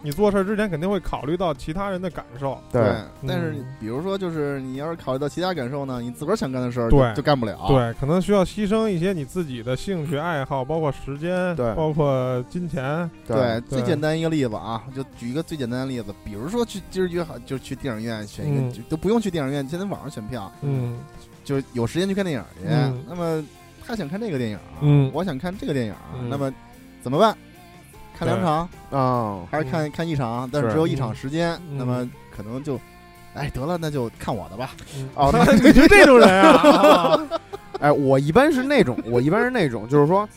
你做事之前肯定会考虑到其他人的感受，对，对但是比如说就是你要是考虑到其他感受呢，你自个儿想干的事儿对就就干不了。对，可能需要牺牲一些你自己的兴趣爱好，包括时间，对包括金钱，对，对最简单一个例子啊，就举一个最简单的例子，比如说去今儿约好就去电影院选一个，嗯就都不用去电影院，现在网上选票，嗯就有时间去看电影去。嗯那么他想看这个电影，啊嗯我想看这个电影，啊嗯那么怎么办？看两场啊，还是看看一场？但是是只有一场时间，嗯那么可能就，哎，得了，那就看我的吧。嗯哦你是这种人啊，哎，我一般是那种，我一般是那种，就是说，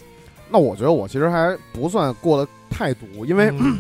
那我觉得我其实还不算过得太毒，因为嗯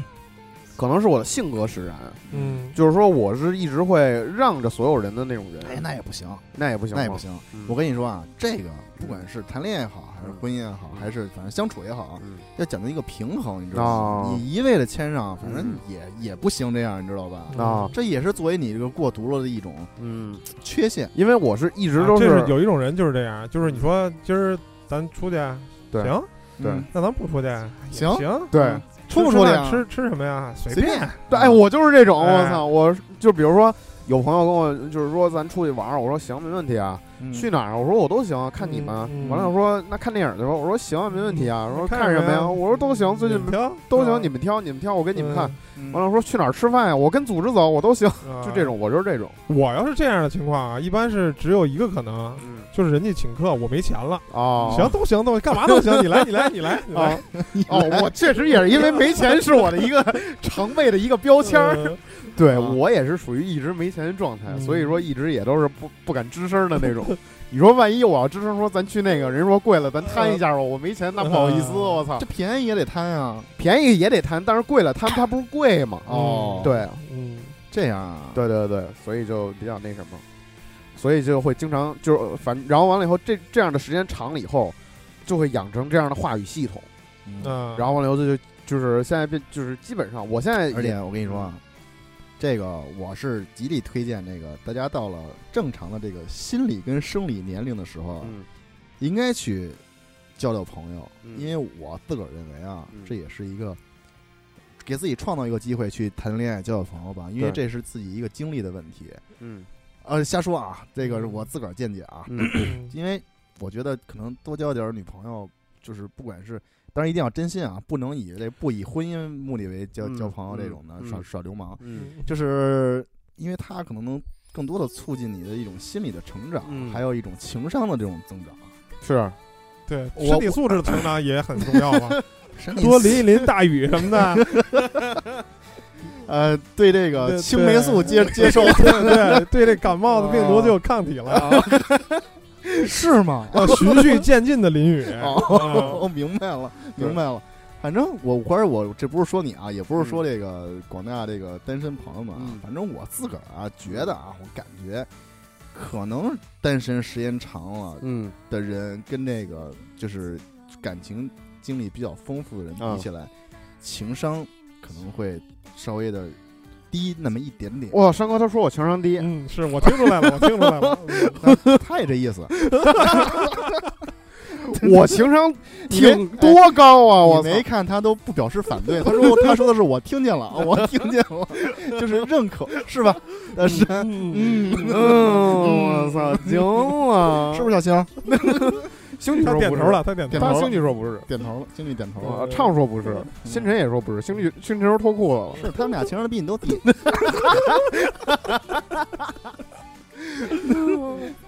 可能是我的性格使然，嗯，就是说我是一直会让着所有人的那种哎，人，那也不行，那嗯也不行，那也不。行。嗯我跟你说啊，这个不管是谈恋爱也好，还是婚姻也好，嗯还是反正相处也好啊，嗯要讲究一个平衡，你知道吗？哦你一味的谦让，反正嗯也也不行，这样你知道吧？啊嗯这也是作为你这个过独了的一种嗯，缺陷。因为我是一直啊都这是是有一种人就是这样，就是你说今儿咱出去，啊对行，对嗯那咱不出去，也行行，对出不吃出去饭啊？吃吃什么呀？随随便。对，哎，我就是这种，哎我操，我就比如说有朋友跟我就是说咱出去玩儿，我说行，没问题啊，嗯去哪儿啊？我说我都行，看你们啊。嗯嗯嗯完了我说那看电影去吧，我说行啊，没问题啊。我说看看什什么么呀啊呀？我说都行，最近挑都行，你们挑，你们挑，我跟你们看。，嗯完了我说去哪儿吃饭呀？我跟组织走，我都行，嗯就这。种，我就是这种。嗯我要是这样的情况啊，一般是只有一个可能，嗯就是人家请客，我没钱了。啊，行，都行，都干嘛都行，你来，你来，你来，你 *laughs* 来啊。哦，我确实也是因为没钱是我的一个常备的一个标 *laughs* 签儿。嗯对啊我也是属于一直没钱的状态，嗯所以说一直也都是不不敢吱声的那种。你说万一我要吱声说咱去那个，人说贵了，咱摊一下吧，我没钱，那不好意思，嗯我操这，便宜也得贪啊。便宜也得摊，但是贵了摊它不是贵吗？哦对嗯，这样啊，对对对，所以就比较那什么，所以就会经常就是反，然后完了以后，这这样的时间长了以后，就会养成这样的话语系统，嗯嗯，然后完了以后就就就是现在变就是基本上我现在而也且我跟你说啊，这个我是极力推荐这个大家到了正常的这个心理跟生理年龄的时候，啊嗯应该去交交朋友，嗯因为我自个儿认为啊，嗯这也是一个给自己创造一个机会去谈恋爱、交交朋友吧，因为对这是自己一个经历的问题。嗯呃，瞎说啊，这个是我自个儿见解啊， *laughs* 嗯 *clears throat* 因为我觉得可能多交点儿女朋友，就是不管是。当然一定要真心啊，不能以这不以婚姻目的为交、嗯交朋友这种的，嗯耍嗯耍流氓。嗯就是因为它可能能更多的促进你的一种心理的成长，嗯还有一种情商的这种增长。啊是对我身体素质的成长也很重要嘛，啊 *laughs* *laughs* 身多淋一淋大雨什么的，呃，对这个对青霉素接 *laughs* 接受对对，对这感冒的病毒就有抗体了，是吗？要啊循序渐进的淋雨。哦，嗯我明白了，对明白了。反正我，或者我这不是说你啊，也不是说这个广大这个单身朋友们啊，嗯反正我自个儿啊觉得啊，我感觉可能单身时间长了，嗯的人跟那个就是感情经历比较丰富的人啊比起来，情商可能会稍微的低那么一点点。哇，山哥他说我情 *laughs* 商低，嗯，是我听出来了，我听出来了。嗯他也这意啊思，我情商你没挺多高啊！我你操没看他都不表示反对，他说他说的是我听见了，啊我听见了， *laughs* 就是认可是吧？呃，是嗯，嗯，我操，行了，是不是小 *laughs* 星？星宇他说点不是头，了，他点嗯头点了。头但了星宇说不是， *laughs* 点头了，经理点头了，啊，畅说不是，星辰也说不是，星宇星辰说脱裤子了。是他们俩情商比你都低， *laughs*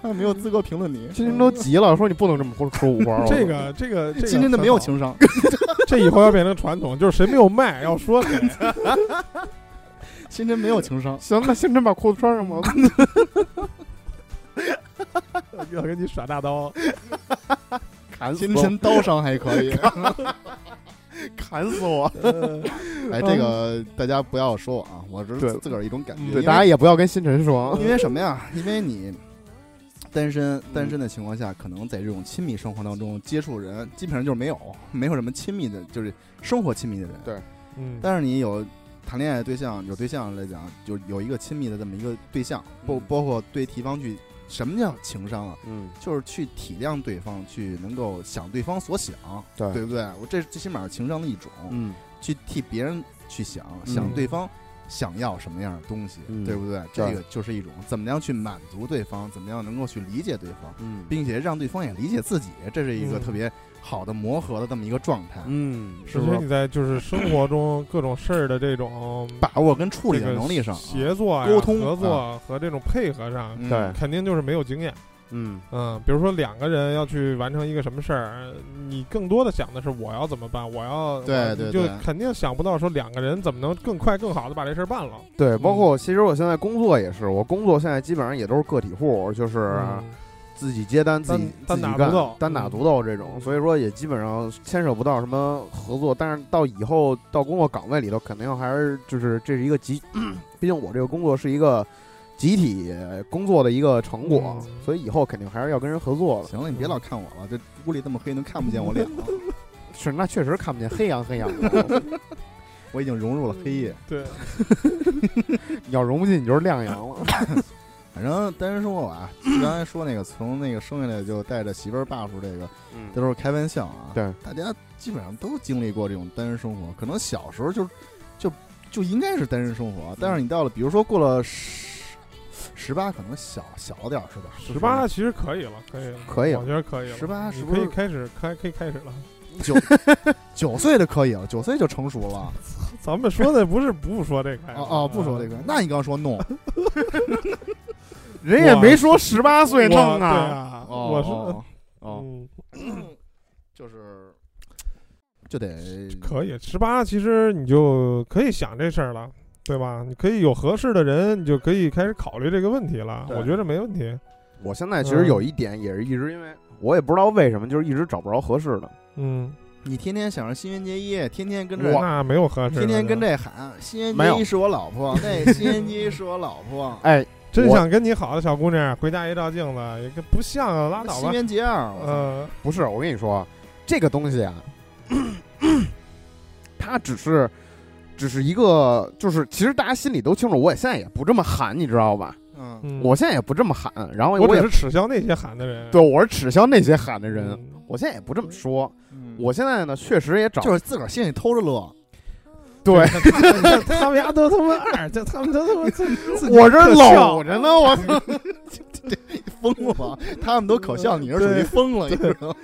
他没有资格评论你。星辰都急了，说你不能这么说说五花儿。 *laughs* 这个这个这个，今天的没有，情商， *laughs* 这以后要变成传统，就是谁没有卖要说谁。今天没有情商。行，那星辰把裤子穿 *laughs* 上吧。要跟你耍大 *laughs* 刀，砍死金我！针刀伤还可以。砍死我！哎，这个大家不要说我啊，我这对是自个儿一种感觉。嗯因对，为 *laughs* 大家也不要跟星辰说。因为什么呀？因为你单身，单身的情况下，可能在这种亲密生活当中接触人，基本上就是没有，没有什么亲密的，就是生活亲密的人。对嗯，但是你有谈恋爱对象，有对象来讲，就有一个亲密的这么一个对象，包嗯包括对提方去，什么叫情商啊？嗯，就是去体谅对方，去能够想对方所想，对对不对？我这最起码是情商的一种。嗯去替别人去想，嗯想对方想要什么样的东西，嗯对不对？这个就是一种怎么样去满足对方，怎么样能够去理解对方，嗯并且让对方也理解自己，这是一个嗯特别好的磨合的这么一个状态。嗯，是我不是觉得你在就是生活中各种事儿的这种把握跟处理这的个能力上啊，协作呀、沟通啊合作和这种配合上，嗯对肯定就是没有经验。嗯嗯，比如说两个人要去完成一个什么事儿，呃你更多的想的是我要怎么办，我要对我对就对肯定想不到说两个人怎么能更快更好的把这事儿办了。啊对，包括其实我现在工作也是，我工作现在基本上也都是个体户，就是嗯自己接单、自己自单己单打干独斗单打嗯独斗这种，所以说也基本上牵扯不到什么合作。但是到以后到工作岗位里头，肯定还是就是这是一个集， *clears throat* 毕竟我这个工作是一个集体工作的一个成果，嗯所以以后肯定还是要跟人合作的。行了，你别老看我了，这屋里这么黑，能看不见我脸吗？是，那确实看不见黑羊黑羊 *laughs* 的，我已经融入了黑夜。嗯对，你要融不进你就是亮羊了。反正单身生活啊，就刚才说那个，从那个生下来就带着媳妇儿 buff 这个，嗯这都是开玩笑啊。对，大家基本上都经历过这种单身生活，可能小时候就就就应该是单身生活，但是你到了，比如说过了十十八，可能小小了点儿是吧？十八其实可以了，可以了，可以了我觉得可以了。 18是你不是可以开始开可以开始了？ *laughs* 九岁的可以了，九岁就成熟了。咱们说的不是不说这个呀嗯哦哦，不说这个，那你刚说弄， *laughs* 人也没说十八岁弄我对啊，啊，哦我是哦哦，嗯，就是就得可以，十八其实你就可以想这事儿了，对吧？你可以有合适的人，你就可以开始考虑这个问题了。对我觉得没问题。我现在其嗯实有一点也是一直因为我也不知道为什么，就是一直找不着合适的。嗯，你天天想着新垣结衣，天天跟这那没有合适的，天天跟这喊新垣没结有衣是我老 *laughs* 婆，那新垣结衣是我老婆，哎，真我想跟你好的小姑娘，回家一照镜子，也跟不像啊，拉倒新吧。垣结二，我操嗯，不是，我跟你说，这个东西啊， *clears throat* 它只是，只是一个，就是其实大家心里都清楚，我也现在也不这么喊，你知道吧？嗯，嗯我现在也不这么喊，然后我也只是耻笑那些喊的人。对我是耻笑那些喊的人，嗯我现在也不这么说。嗯我现在呢，确实也找就是自个儿心里偷着乐，对他们家都他妈二，这他们都他妈自自己我这可笑搂着呢， *laughs* 我疯了 *laughs* 吧？他们都可笑，你是属于疯了，你知道吗？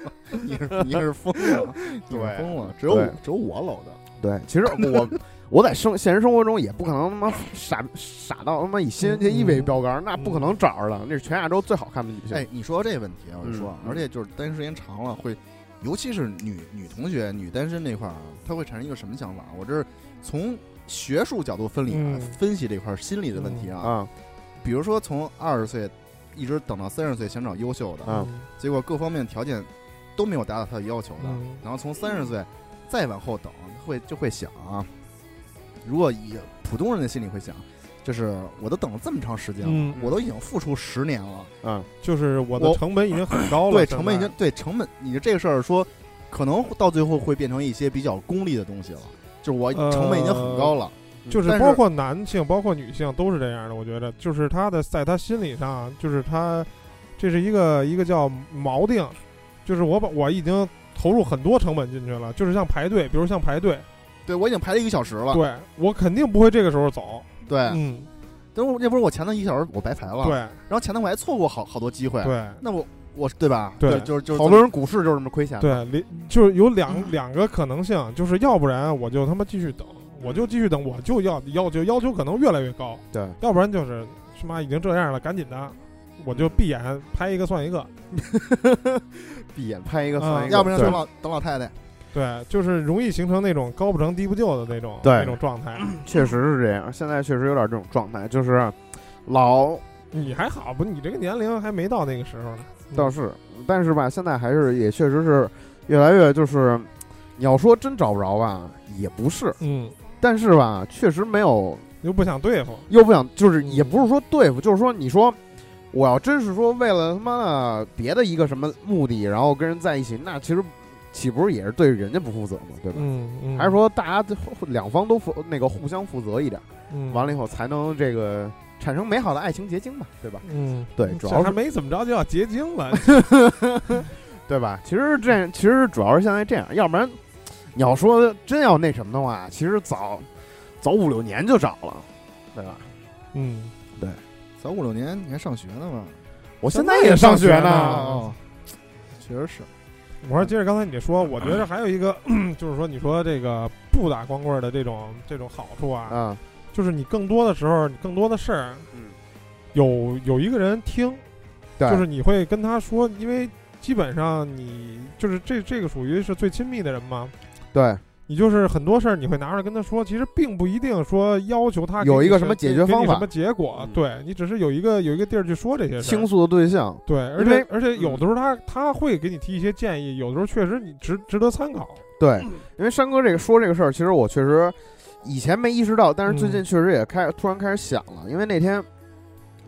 你是你是疯了，你是对疯了，只有我对只有我搂着。对，其实我我在生现实生活中也不可能他妈傻傻到他妈以新嗯人界一为标杆儿，那不可能找着了。那是全亚洲最好看的女性。哎，你说这问题啊，我就说，嗯而且就是单身时间长了会，尤其是女女同学、女单身这块儿啊，她会产生一个什么想法？我这是从学术角度分理啊，嗯分析这块儿心理的问题啊。啊，比如说从二十岁一直等到三十岁，想找优秀的，嗯啊结果各方面条件都没有达到她的要求的，嗯然后从三十岁再往后等，会就会想啊，如果以普通人的心理会想，就是我都等了这么长时间了，嗯我都已经付出十年了。就是我的我成本已经很高了，对，现在成本已经对成本，你这个事儿说，可能到最后会变成一些比较功利的东西了，就是我呃成本已经很高了，就是但是包括男性，包括女性都是这样的。我觉得，就是他的在他心理上，就是他这是一个一个叫锚定，就是我把我已经投入很多成本进去了，就是像排队，比如像排队，对我已经排了一个小时了，对我肯定不会这个时候走，对，嗯，但是我要不是我前头一个小时我白排了，，对然后前头我还错过好好多机会，对那我我对吧？对就是就是好多人股市就是这么亏钱。，对，里就是有嗯两两个可能性，就是要不然我就他妈继续等，我就继续等，我就要要求要求可能越来越高，对，要不然就是他妈已经这样了，赶紧的，我嗯就闭眼拍一个算一个。闭眼拍一个算一嗯个，要不然等对老等老太太，对，就是容易形成那种高不成低不就的那种对那种状态。确实是这样。现在确实有点这种状态，就是老嗯你还好不？你这个年龄还没到那个时候呢。倒是，但是吧，现在还是也确实是越来越就是，你要说真找不着吧，也不是，嗯，但是吧，确实没有又不想对付。又不想，就是嗯也不是说对付，就是说你说我要真是说为了他妈的别的一个什么目的，然后跟人在一起，那其实岂不是也是对人家不负责吗？对吧？嗯嗯，还是说大家都两方都负那个互相负责一点，嗯完了以后才能这个产生美好的爱情结晶吧，对吧？嗯，对主要这是还没怎么着就要结晶了。对吧？其实这其实主要是现在这样，要不然你要说真要那什么的话，其实早早五六年就找了，对吧？嗯，早五六年你还上学呢嘛？我现在在也也上上学学呢呢，哦，确实是，我说接着刚才你说，我觉得还有一个 *clears throat* 就是说，你说这个不打光棍儿的这种这种好处啊，啊，就是你更多的时候，你更多的事儿，嗯，有有一个人听，对，就是你会跟他说，因为基本上你就是这这个属于是最亲密的人嘛，对，你就是很多事儿你会拿出来跟他说，其实并不一定说要求他给有一你个什什么解决给你方法什么结果嗯，对你只是有一个有一个地儿去说这些事儿倾。诉的对象，对，而因为嗯且而且有的时候他他会给你提一些建议，有的时候确实你值值得参考。对，因为山哥这个说这个事儿，其实我确实以前没意识到，但是最近嗯确实也开、突然开始想了，因为那天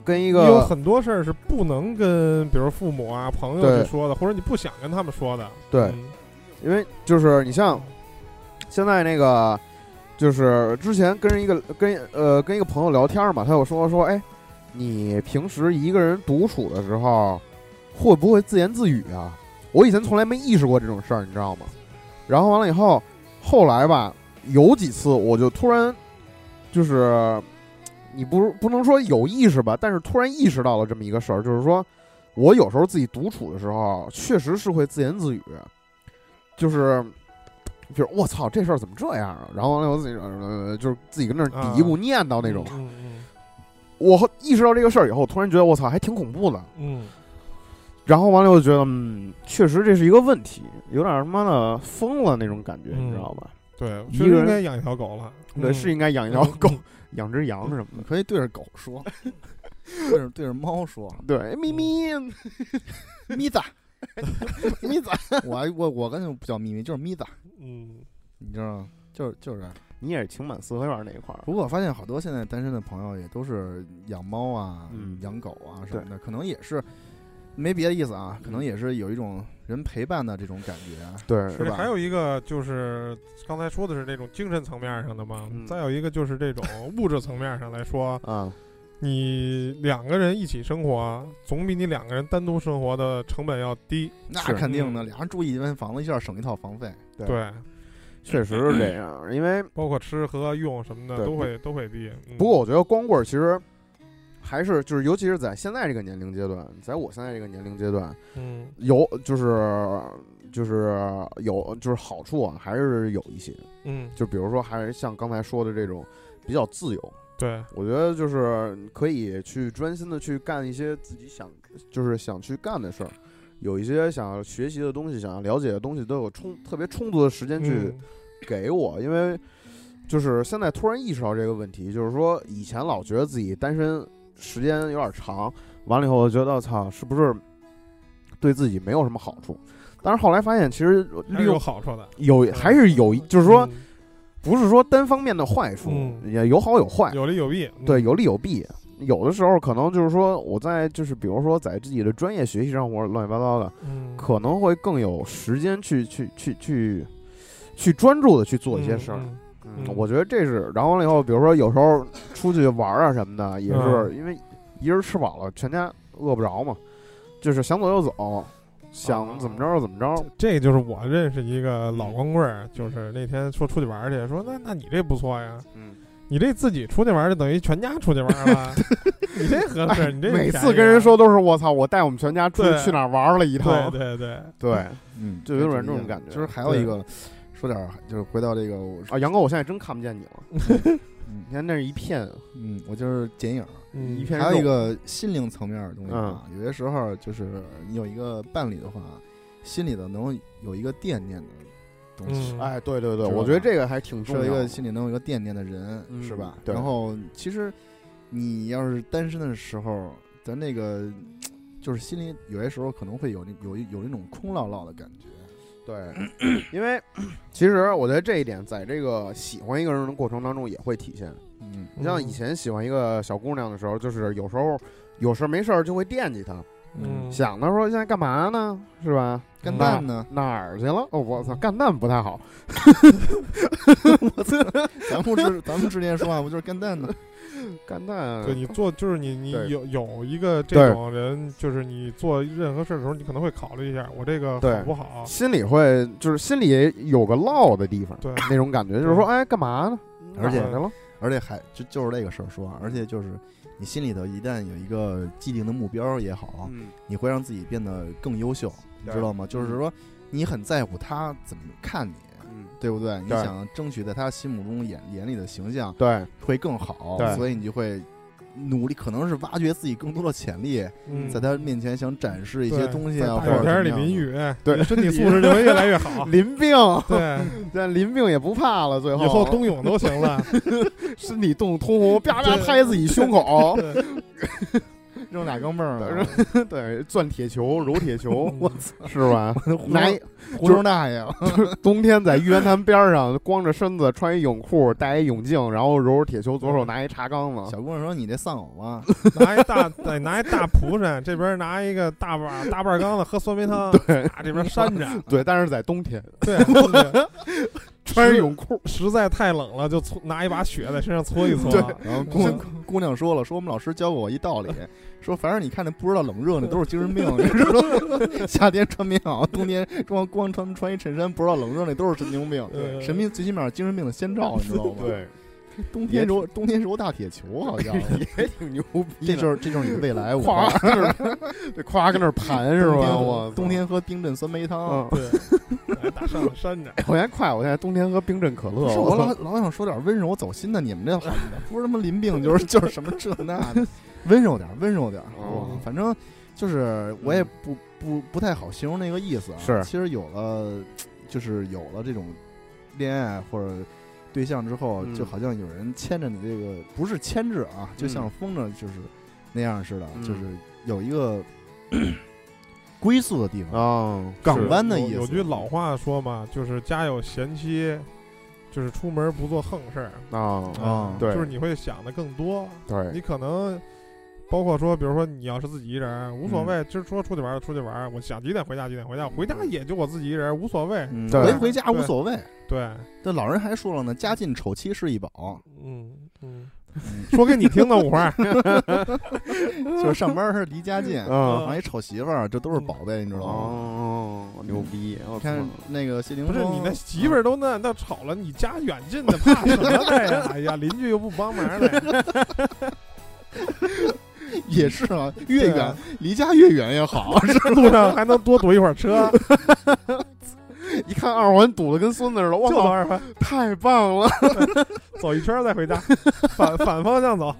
跟一你有个很多事儿是不能跟比如父母啊朋友对去说的，或者你不想跟他们说的。对嗯，因为就是你像现在那个，就是之前跟一个跟呃跟一个朋友聊天嘛，他有说说，哎，你平时一个人独处的时候，会不会自言自语啊？我以前从来没意识过这种事儿，你知道吗？然后完了以后，后来吧，有几次我就突然就是你不不能说有意识吧，但是突然意识到了这么一个事儿，就是说我有时候自己独处的时候，确实是会自言自语，就是就是我操这事儿怎么这样啊？然后完了我自己、呃、就是自己跟那儿嘀咕啊念叨那种。嗯嗯我后意识到这个事儿以后，突然觉得我操还挺恐怖的。嗯，然后完了，我就觉得，嗯，确实这是一个问题，有点他妈的疯了那种感觉，嗯你知道吧？对，一确个人实应该养一条狗了。对，嗯是应该养一条狗， *laughs* 养只羊什么的。可以对着狗说， *laughs* 对着对着猫说，嗯对，咪咪，咪子，咪子，我还我我跟不叫咪咪，就是咪子，嗯，你知道吗？就是就是这样。你也是情满四合院那一块儿。不过我发现好多现在单身的朋友也都是养猫啊、嗯养狗啊什么的，可能也是没别的意思啊，嗯可能也是有一种人陪伴的这种感觉。对，是吧还有一个就是刚才说的是这种精神层面上的嘛，嗯再有一个就是这种物质层面上来说，啊，你两个人一起生活，总比你两个人单独生活的成本要低。那是肯定的，嗯俩人住一间房子，一下省一套房费。对对，确实是这样。因为包括吃喝用什么的对都会都会低。嗯不过我觉得光棍儿其实还是就是，尤其是在现在这个年龄阶段，在我现在这个年龄阶段，嗯，有就是就是有就是好处啊，还是有一些。嗯，就比如说，还是像刚才说的这种比较自由，对，我觉得就是可以去专心的去干一些自己想，就是想去干的事儿，有一些想要学习的东西，想要了解的东西，都有充特别充足的时间去嗯给我，因为就是现在突然意识到这个问题，就是说以前老觉得自己单身时间有点长，完了以后我觉得操，是不是对自己没有什么好处？但是后来发现，其实还利是有用好处的。有嗯还是有，就是说嗯不是说单方面的坏处，嗯也有好有坏。有利有弊。嗯对，，有利有弊。有的时候可能就是说，我在就是比如说在自己的专业学习上，我乱七八糟的，嗯，可能会更有时间去去去去去专注的去做一些嗯事儿。嗯嗯嗯我觉得这是。然后完了以后，比如说有时候出去玩儿啊什么的，也嗯是因为一人吃饱了，全家饿不着嘛，就是想走就走，哦想怎么着就怎么着。这就是我认识一个老光棍儿，就是那天说出去玩儿去，说那那你这不错呀，嗯，你这自己出去玩儿就等于全家出去玩儿 *laughs* 了，你这合适，你这哎每便次宜跟人啊，说都是我操，我带我们全家出去对去哪儿玩儿了一对趟。对对，对，嗯，就有点这种感觉就是还有一个，说点儿就是回到这个，我啊，杨哥，我现在真看不见你了，啊嗯你看那是一片嗯，我就是剪影儿。嗯一片还有一肉个心灵层面的东西啊，嗯有些时候就是你有一个伴侣的话，心里头能有一个惦念的东西，嗯哎，对对对，是吧我觉得这个还挺重是要一的个。心里能有一个惦念的人，嗯是吧？对然后其实你要是单身的时候，咱那个就是心里有些时候可能会有那有一有那种空落落的感觉，对，因为 *clears throat* 其实我觉得这一点，在这个喜欢一个人的过程当中也会体现。嗯，你像以前喜欢一个小姑娘的时候，就是有时候有事儿没事儿就会惦记她，嗯想她说现在干嘛呢，是吧？干嗯蛋呢？哪儿去了？哦，我操，干蛋不太好。咱不是咱们之前说话不就是干蛋呢？嗯干蛋，对你做就是你你对有有一个对这种人，就是你做任何事儿的时候，你可能会考虑一下我这个对好不好？心里会就是心里有个落的地方，对那种感觉，就是说，哎，干嘛呢？而且哪儿去了，而且还就就是这个事儿说啊，而且就是你心里头一旦有一个既定的目标也好，嗯，你会让自己变得更优秀，你对知道吗？就是说你很在乎他怎么看你，嗯对不对？你对想争取在他心目中眼眼里的形象对会更好对，所以你就会努力，可能是挖掘自己更多的潜力，嗯在他面前想展示一些对东西在啊，大或雨者天怎儿么里样淋的。雨， *laughs* 对你的身体素质就会越来 *laughs* 越好。淋病，对，但淋病也不怕了，最后以后冬泳都行了。身体冻得通红，啪啪对拍自己胸口，对扔俩钢镚儿对啊， *laughs* 对，钻铁球、揉铁球，嗯是吧？拿一胡同大爷，啊就是冬天在玉渊潭边儿上，光着身子，穿一泳裤，戴一泳镜，然后揉揉铁球，左手拿一茶缸子，小姑娘说你这丧偶 *laughs* 吗？啊拿一大得拿一大蒲扇，这边拿一个大把大半缸子喝酸梅汤，对啊，这边扇着， *laughs* 对，但是在冬天对， *laughs* 对穿着泳裤，实在太冷了，就搓拿一把雪在身上搓一搓。啊对然后姑姑娘说了，说我们老师教过我一道理，说凡是你看见不知道冷热那都是精神病， *laughs* 你知道 *laughs* 吗？夏天穿棉袄，冬天光光穿穿一衬衫，不知道冷热那都是神经病，呃神经最起码是精神病的先兆，你知道吗？，对，冬天揉冬天揉大铁球， *laughs* 好像也挺牛逼这的。就是这就是你的未 *laughs* 来，我夸，这夸跟那儿盘是冬吧？天我冬，天喝冰镇酸梅汤。啊嗯，对，拿一大扇子扇着。哎我现在快，我现在冬天喝冰镇可不乐，是我老老想说点温柔走心的，你们这好，不是他妈淋病 *laughs* 就是就是什么这那的，温柔点，温柔点。哦嗯反正就是我也不不不太好形容那个意思啊。是其实有了，就是有了这种恋爱或者对象之后，嗯就好像有人牵着你这个，不是牵制啊，就像风筝就是那样似的，嗯就是有一个 *coughs* 归宿的地方。啊，港湾的有意思有句老话说嘛，就是家有贤妻，就是出门不做横事儿啊，啊对就是你会想的更多，对你可能。包括说，比如说你要是自己一人儿，无所嗯谓，今儿说出去玩儿就出去玩儿，我想几点回家几点回家，回嗯家也就我自己一人儿，无所谓。嗯对回回家无对所谓。对，这老人还说了呢，家近丑妻是一宝，嗯嗯，嗯说给你听的五花儿，嗯就是上班是离家近，然嗯，后一丑媳妇儿，这都是宝贝，你知道吗？哦，牛逼！我你看操那个谢霆不锋，是你那媳妇儿都那那吵了，你家远近的怕什么的呀？ *laughs* 哎呀，邻居又不帮 *laughs* 忙的，也是啊，越 *laughs* 对远啊离家越远越好。路上还能多堵一会儿 *laughs* 车，一看二环堵得跟孙子似的，我就走操，二环，太棒了！ *laughs* *laughs* 走一圈儿再 *laughs* 回家，反反方向走。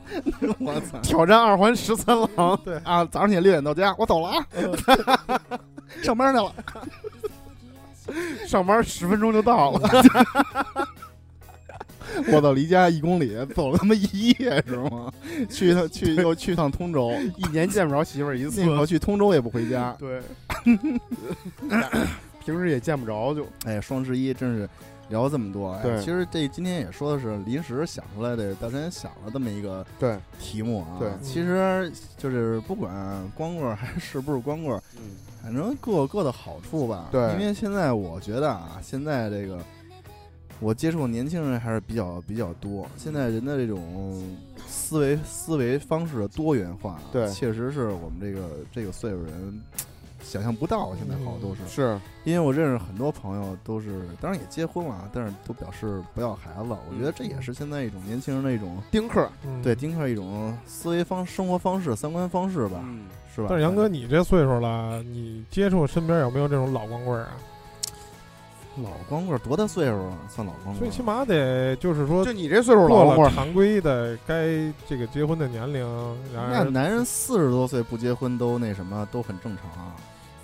我操！挑战二环十三郎，对，啊，早上起来六点到家，我走了啊， *laughs* 上班去了。 *laughs* 上班十分钟就到了。 *laughs* 我到离家一公里，走了他妈一夜是吗？去一趟去又去一趟通州，一年见不着媳妇儿一次那，会儿去通州也不回家。对，平时也见不着就，哎，双十一真是聊了这么多。哎对其实这今天也说的是临时想出来的，大神想了这么一个对题目啊。对其实就是不管光棍儿还是不是光棍儿，嗯反正各有各的好处吧。对因为现在我觉得啊，现在这个我接触的年轻人还是比较比较多。现在人的这种思维思维方式的多元化啊，对确实是我们这个这个岁数人想象不到。现在好多是，是，因为我认识很多朋友都是，当然也结婚了啊，但是都表示不要孩子了。我觉得这也是现在一种年轻人的一种丁克，嗯对，丁克一种思维方、生活方式、三观方式吧，嗯，是吧？但是杨哥，你这岁数了，你接触身边有没有这种老光棍儿啊？老光棍儿多大岁数啊？算老光棍儿？最起码得就是说就你这岁数老过光了棍，常规的该这个结婚的年龄，然那而男人四十多岁不结婚都那什么都很正常啊，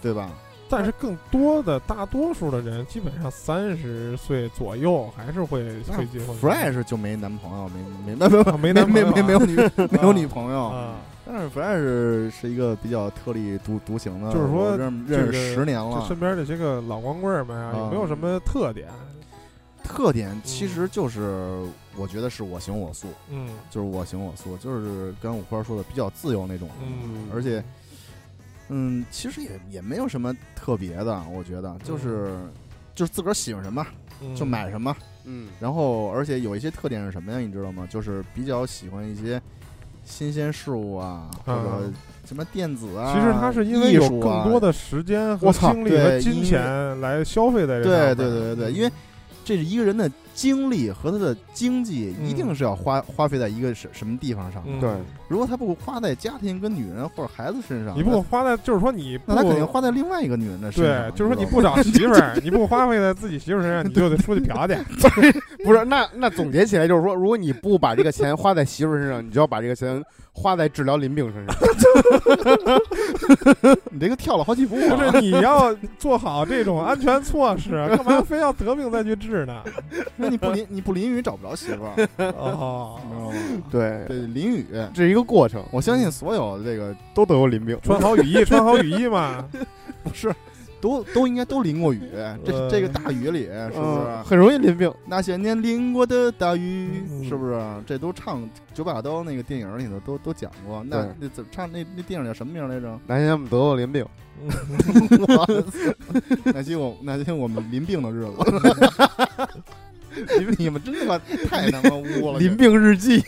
对吧？但是更多的大多数的人，基本上三十岁左右还是会那会结婚的。 Fresh 就没男朋友，没没没没 *laughs* 啊没没男没朋友没没啊 *laughs* 有女没有女朋友， *laughs* 啊，但是 Fresh 是一个比较特立独独行的，就是说我认认识这个十年就了，身边这些个老光棍儿们啊，有没有什么特点？特点其实就是我觉得是我行我素，嗯就是我行我素，就是跟五花说的比较自由那种，嗯，而且嗯，其实也也没有什么特别的，我觉得就是就是自个儿喜欢什么嗯就买什么。嗯然后而且有一些特点是什么呀？你知道吗？就是比较喜欢一些新鲜事物啊，或者嗯什么电子啊。其实他是因为艺有术更啊多的时间和我操精力和对金音乐钱来消费在这对对上对面对对，因为这是一个人的精力和他的经济一定是要花、花费在一个什什么地方上的。嗯对，如果他不花在家庭跟女人或者孩子身上，你不花在，就是说你不那，那他肯定花在另外一个女人的身对上。，就是说你知道不吗找媳妇儿，你不花费在自己媳妇儿身上，你就得出去嫖去。不是那那总结起来就是说，如果你不把这个钱花在媳妇儿身上，你就要把这个钱花在治疗林病身上。你这个跳了好几步、 *laughs* 不啊。是你要做好这种安全措施，干嘛非要得病再去治呢？ *laughs* 那你不淋你不淋雨找不着媳 *laughs* 妇儿，哦你知，道吗？ *laughs* 对，对，淋雨，这是一个过程，我相信所有这嗯个都得有林病。 *laughs* 穿好雨衣，穿好雨衣 *laughs* 嘛。不是，都都应该都淋过雨。这呃这个大雨里，是不嗯，是？很容易淋病。那些年淋过的大雨，嗯是不是？这都唱《九把刀》那个电影里头都都讲过。那对？那怎么唱那那电影叫什么名来着南京我们得过淋病，哇塞 *laughs* 那些我那些我们淋病的日子，你们你们真他妈太他妈污了！淋病日记。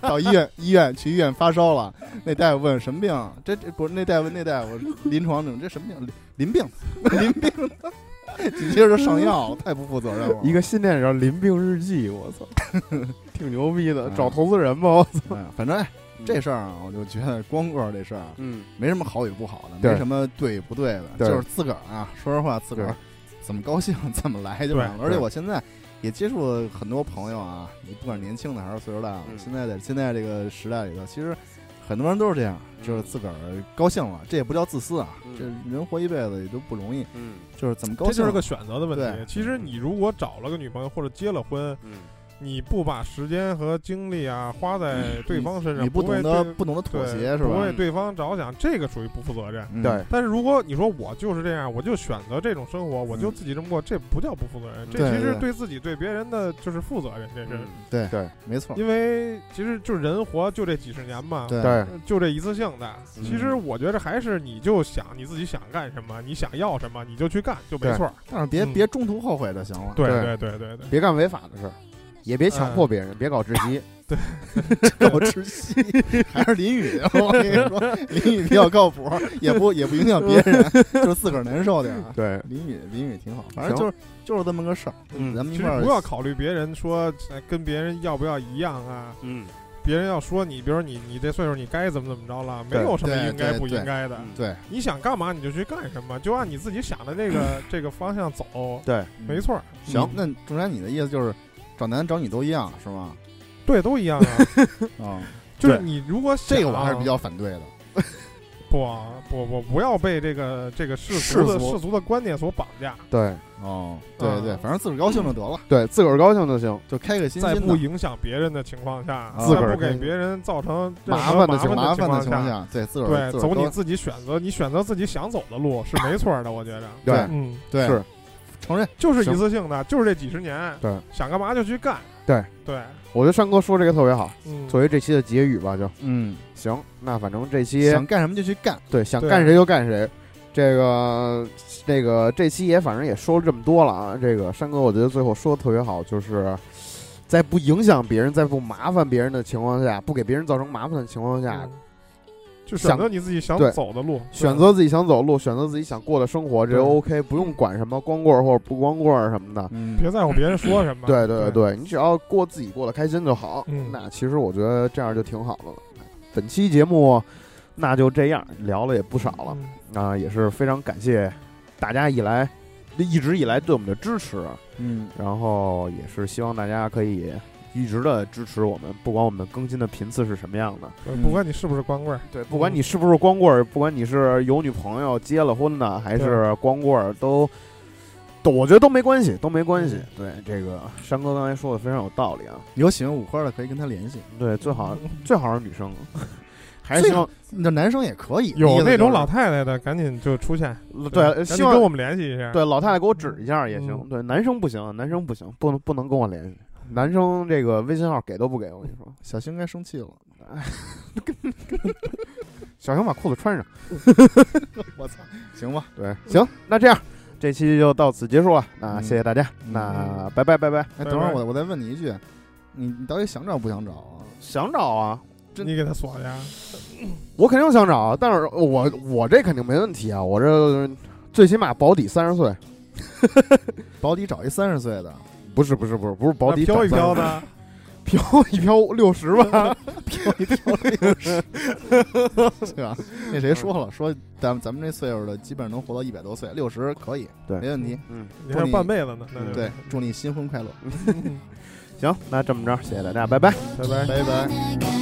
到医院医院去医院发烧了，那大夫问什么病？这这不是那大夫那大夫临床诊这什么病？淋淋病 *laughs* 淋 *laughs* 病，紧接着就上药了，太不负责任了。 *laughs* 一个新电影叫《林病日记》，我 *laughs* 操，挺牛逼的，嗯找投资人吧，我操，哎，反正哎，这事儿啊，我就觉得光棍儿这事儿啊嗯，没什么好与不好的，对没什么对与不对的，对就是自个儿啊，说实话，自个儿对怎么高兴怎么来就完了。对而且我现在也接触了很多朋友啊，你不管是年轻的还是岁数大的，嗯现在在现在这个时代里头，其实很多人都是这样，就是自个儿高兴了，这也不叫自私啊，嗯这人活一辈子也都不容易，嗯就是怎么高这兴就是个选择的问题对。其实你如果找了个女朋友或者结了婚，嗯，你不把时间和精力啊花在对方身上，嗯你不懂为得对不懂得妥对协是不吧为？对方着想，这个属于不负责任。嗯对，但是如果你说我就是这样，我就选择这种生活，我就自己这么过，这不叫不负责任，嗯这对其实对嗯对自己对别人的就是负责任，这是。对对没错，因为其实就是人活就这几十年嘛，对对，就这一次性的。嗯其实我觉得还是你就想你自己想干什么，你想要什么你就去干，就没对错儿。但是别嗯别中途后悔就行了。对对呃对对对对，别干违法的事儿，也别强迫别人，别搞 *laughs* 窒息。 *laughs* 搞窒息，还是淋雨。啊我跟你说，淋雨比较靠谱，也不也不影响别人，嗯就是自个儿难受点儿。啊对，淋雨淋雨挺好，反正就是就是这么个事儿。咱们嗯其一实块儿不要考虑别人说呃跟别人要不要一样啊，嗯，别人要说你，比如你你这岁数你该怎么怎么着了，没对有什么对应该对不对嗯应该嗯的。对，你想干嘛你就去干什么，就按你自己想的 *laughs* 这个这个方向走，对，没。错儿，嗯行，那仲山，你的意思就是找男找女都一样是吗？对，都一样 *laughs* 啊。啊，就是对你如果想这个我还是比啊较反对的。不不不不要被这个这个世俗的世俗世俗的观念所绑架，对哦，对嗯对，反正自个儿高兴就得了，对，自个儿高兴就行。就开开心在心不的。影响别人的情况下，自个在儿不给跟别人造成任麻何烦麻情麻烦的的情况况，下，对自个儿对，自个走儿你高自己选择，你选择自己想走的路是没错儿的，我觉着。对嗯，对是承认就是行一次性的，就是这几十年，对，想干嘛就去干，对对，我觉得山哥说这个特别好，嗯，作为这期的结语吧，就嗯，行。那反正这期想干什么就去干。对想对干谁就干谁。这个这个这期也反正也说了这么多了啊，这个山哥我觉得最后说的特别好，就是在不影响别人、在不麻烦别人的情况下，不给别人造成麻烦的情况下，嗯就选想择你自己想对走的路，对选择自己想走路，选择自己想过的生活，这对都 OK，不用管什么光棍儿或者不光棍儿什么的。嗯，别在乎别人说什么，对对对，对，你只要过自己过得开心就好。嗯那其实我觉得这样就挺好的了。本期节目那就这样，聊了也不少了嗯啊、也是非常感谢大家以来一直以来对我们的支持，嗯，然后也是希望大家可以一直的支持我们，不管我们更新的频次是什么样的。对嗯不管你是不是光棍儿，对，不管你是不是光棍儿，不管你是有女朋友、结了婚的，还是光棍儿，都都我觉得都没关系，都没关系。对，这个山哥刚才说的非常有道理啊。有喜欢五花的可以跟他联系。对，最 *laughs* 好嗯最好是女生，还是希望那男生也可以，意有思那就种是老太太的，赶紧就出现，对，呃赶希紧跟我望们联系一下，对老太太给我指一下也行。嗯对，男生不行，男生不行，不能不能跟我联系。男生这个微信号给都不给我跟你说，小星该生气了。小熊把裤子穿上。我操，行吧，对，行，那这样这期就到此结束了，啊那谢谢大家，嗯那拜拜拜拜。哎，拜拜等会儿我我再问你一句，你你到底想找不想找啊？想找啊，你给他锁下，我肯定想找，但是我我这肯定没问题啊，我这最起码保底三十岁，保底找一三十岁的，不是不是不是不是保那底飘一涨三飘十呢？ *laughs* 飘一飘六十吧， *laughs* 对吧？那谁说了，说咱咱们这岁数的基本上能活到一百多岁，六十可以，对没问题。嗯，你还有半辈子呢，那就对，祝你新婚快乐，行，那这么着，谢谢大家，拜拜。拜拜。拜拜。 Bye.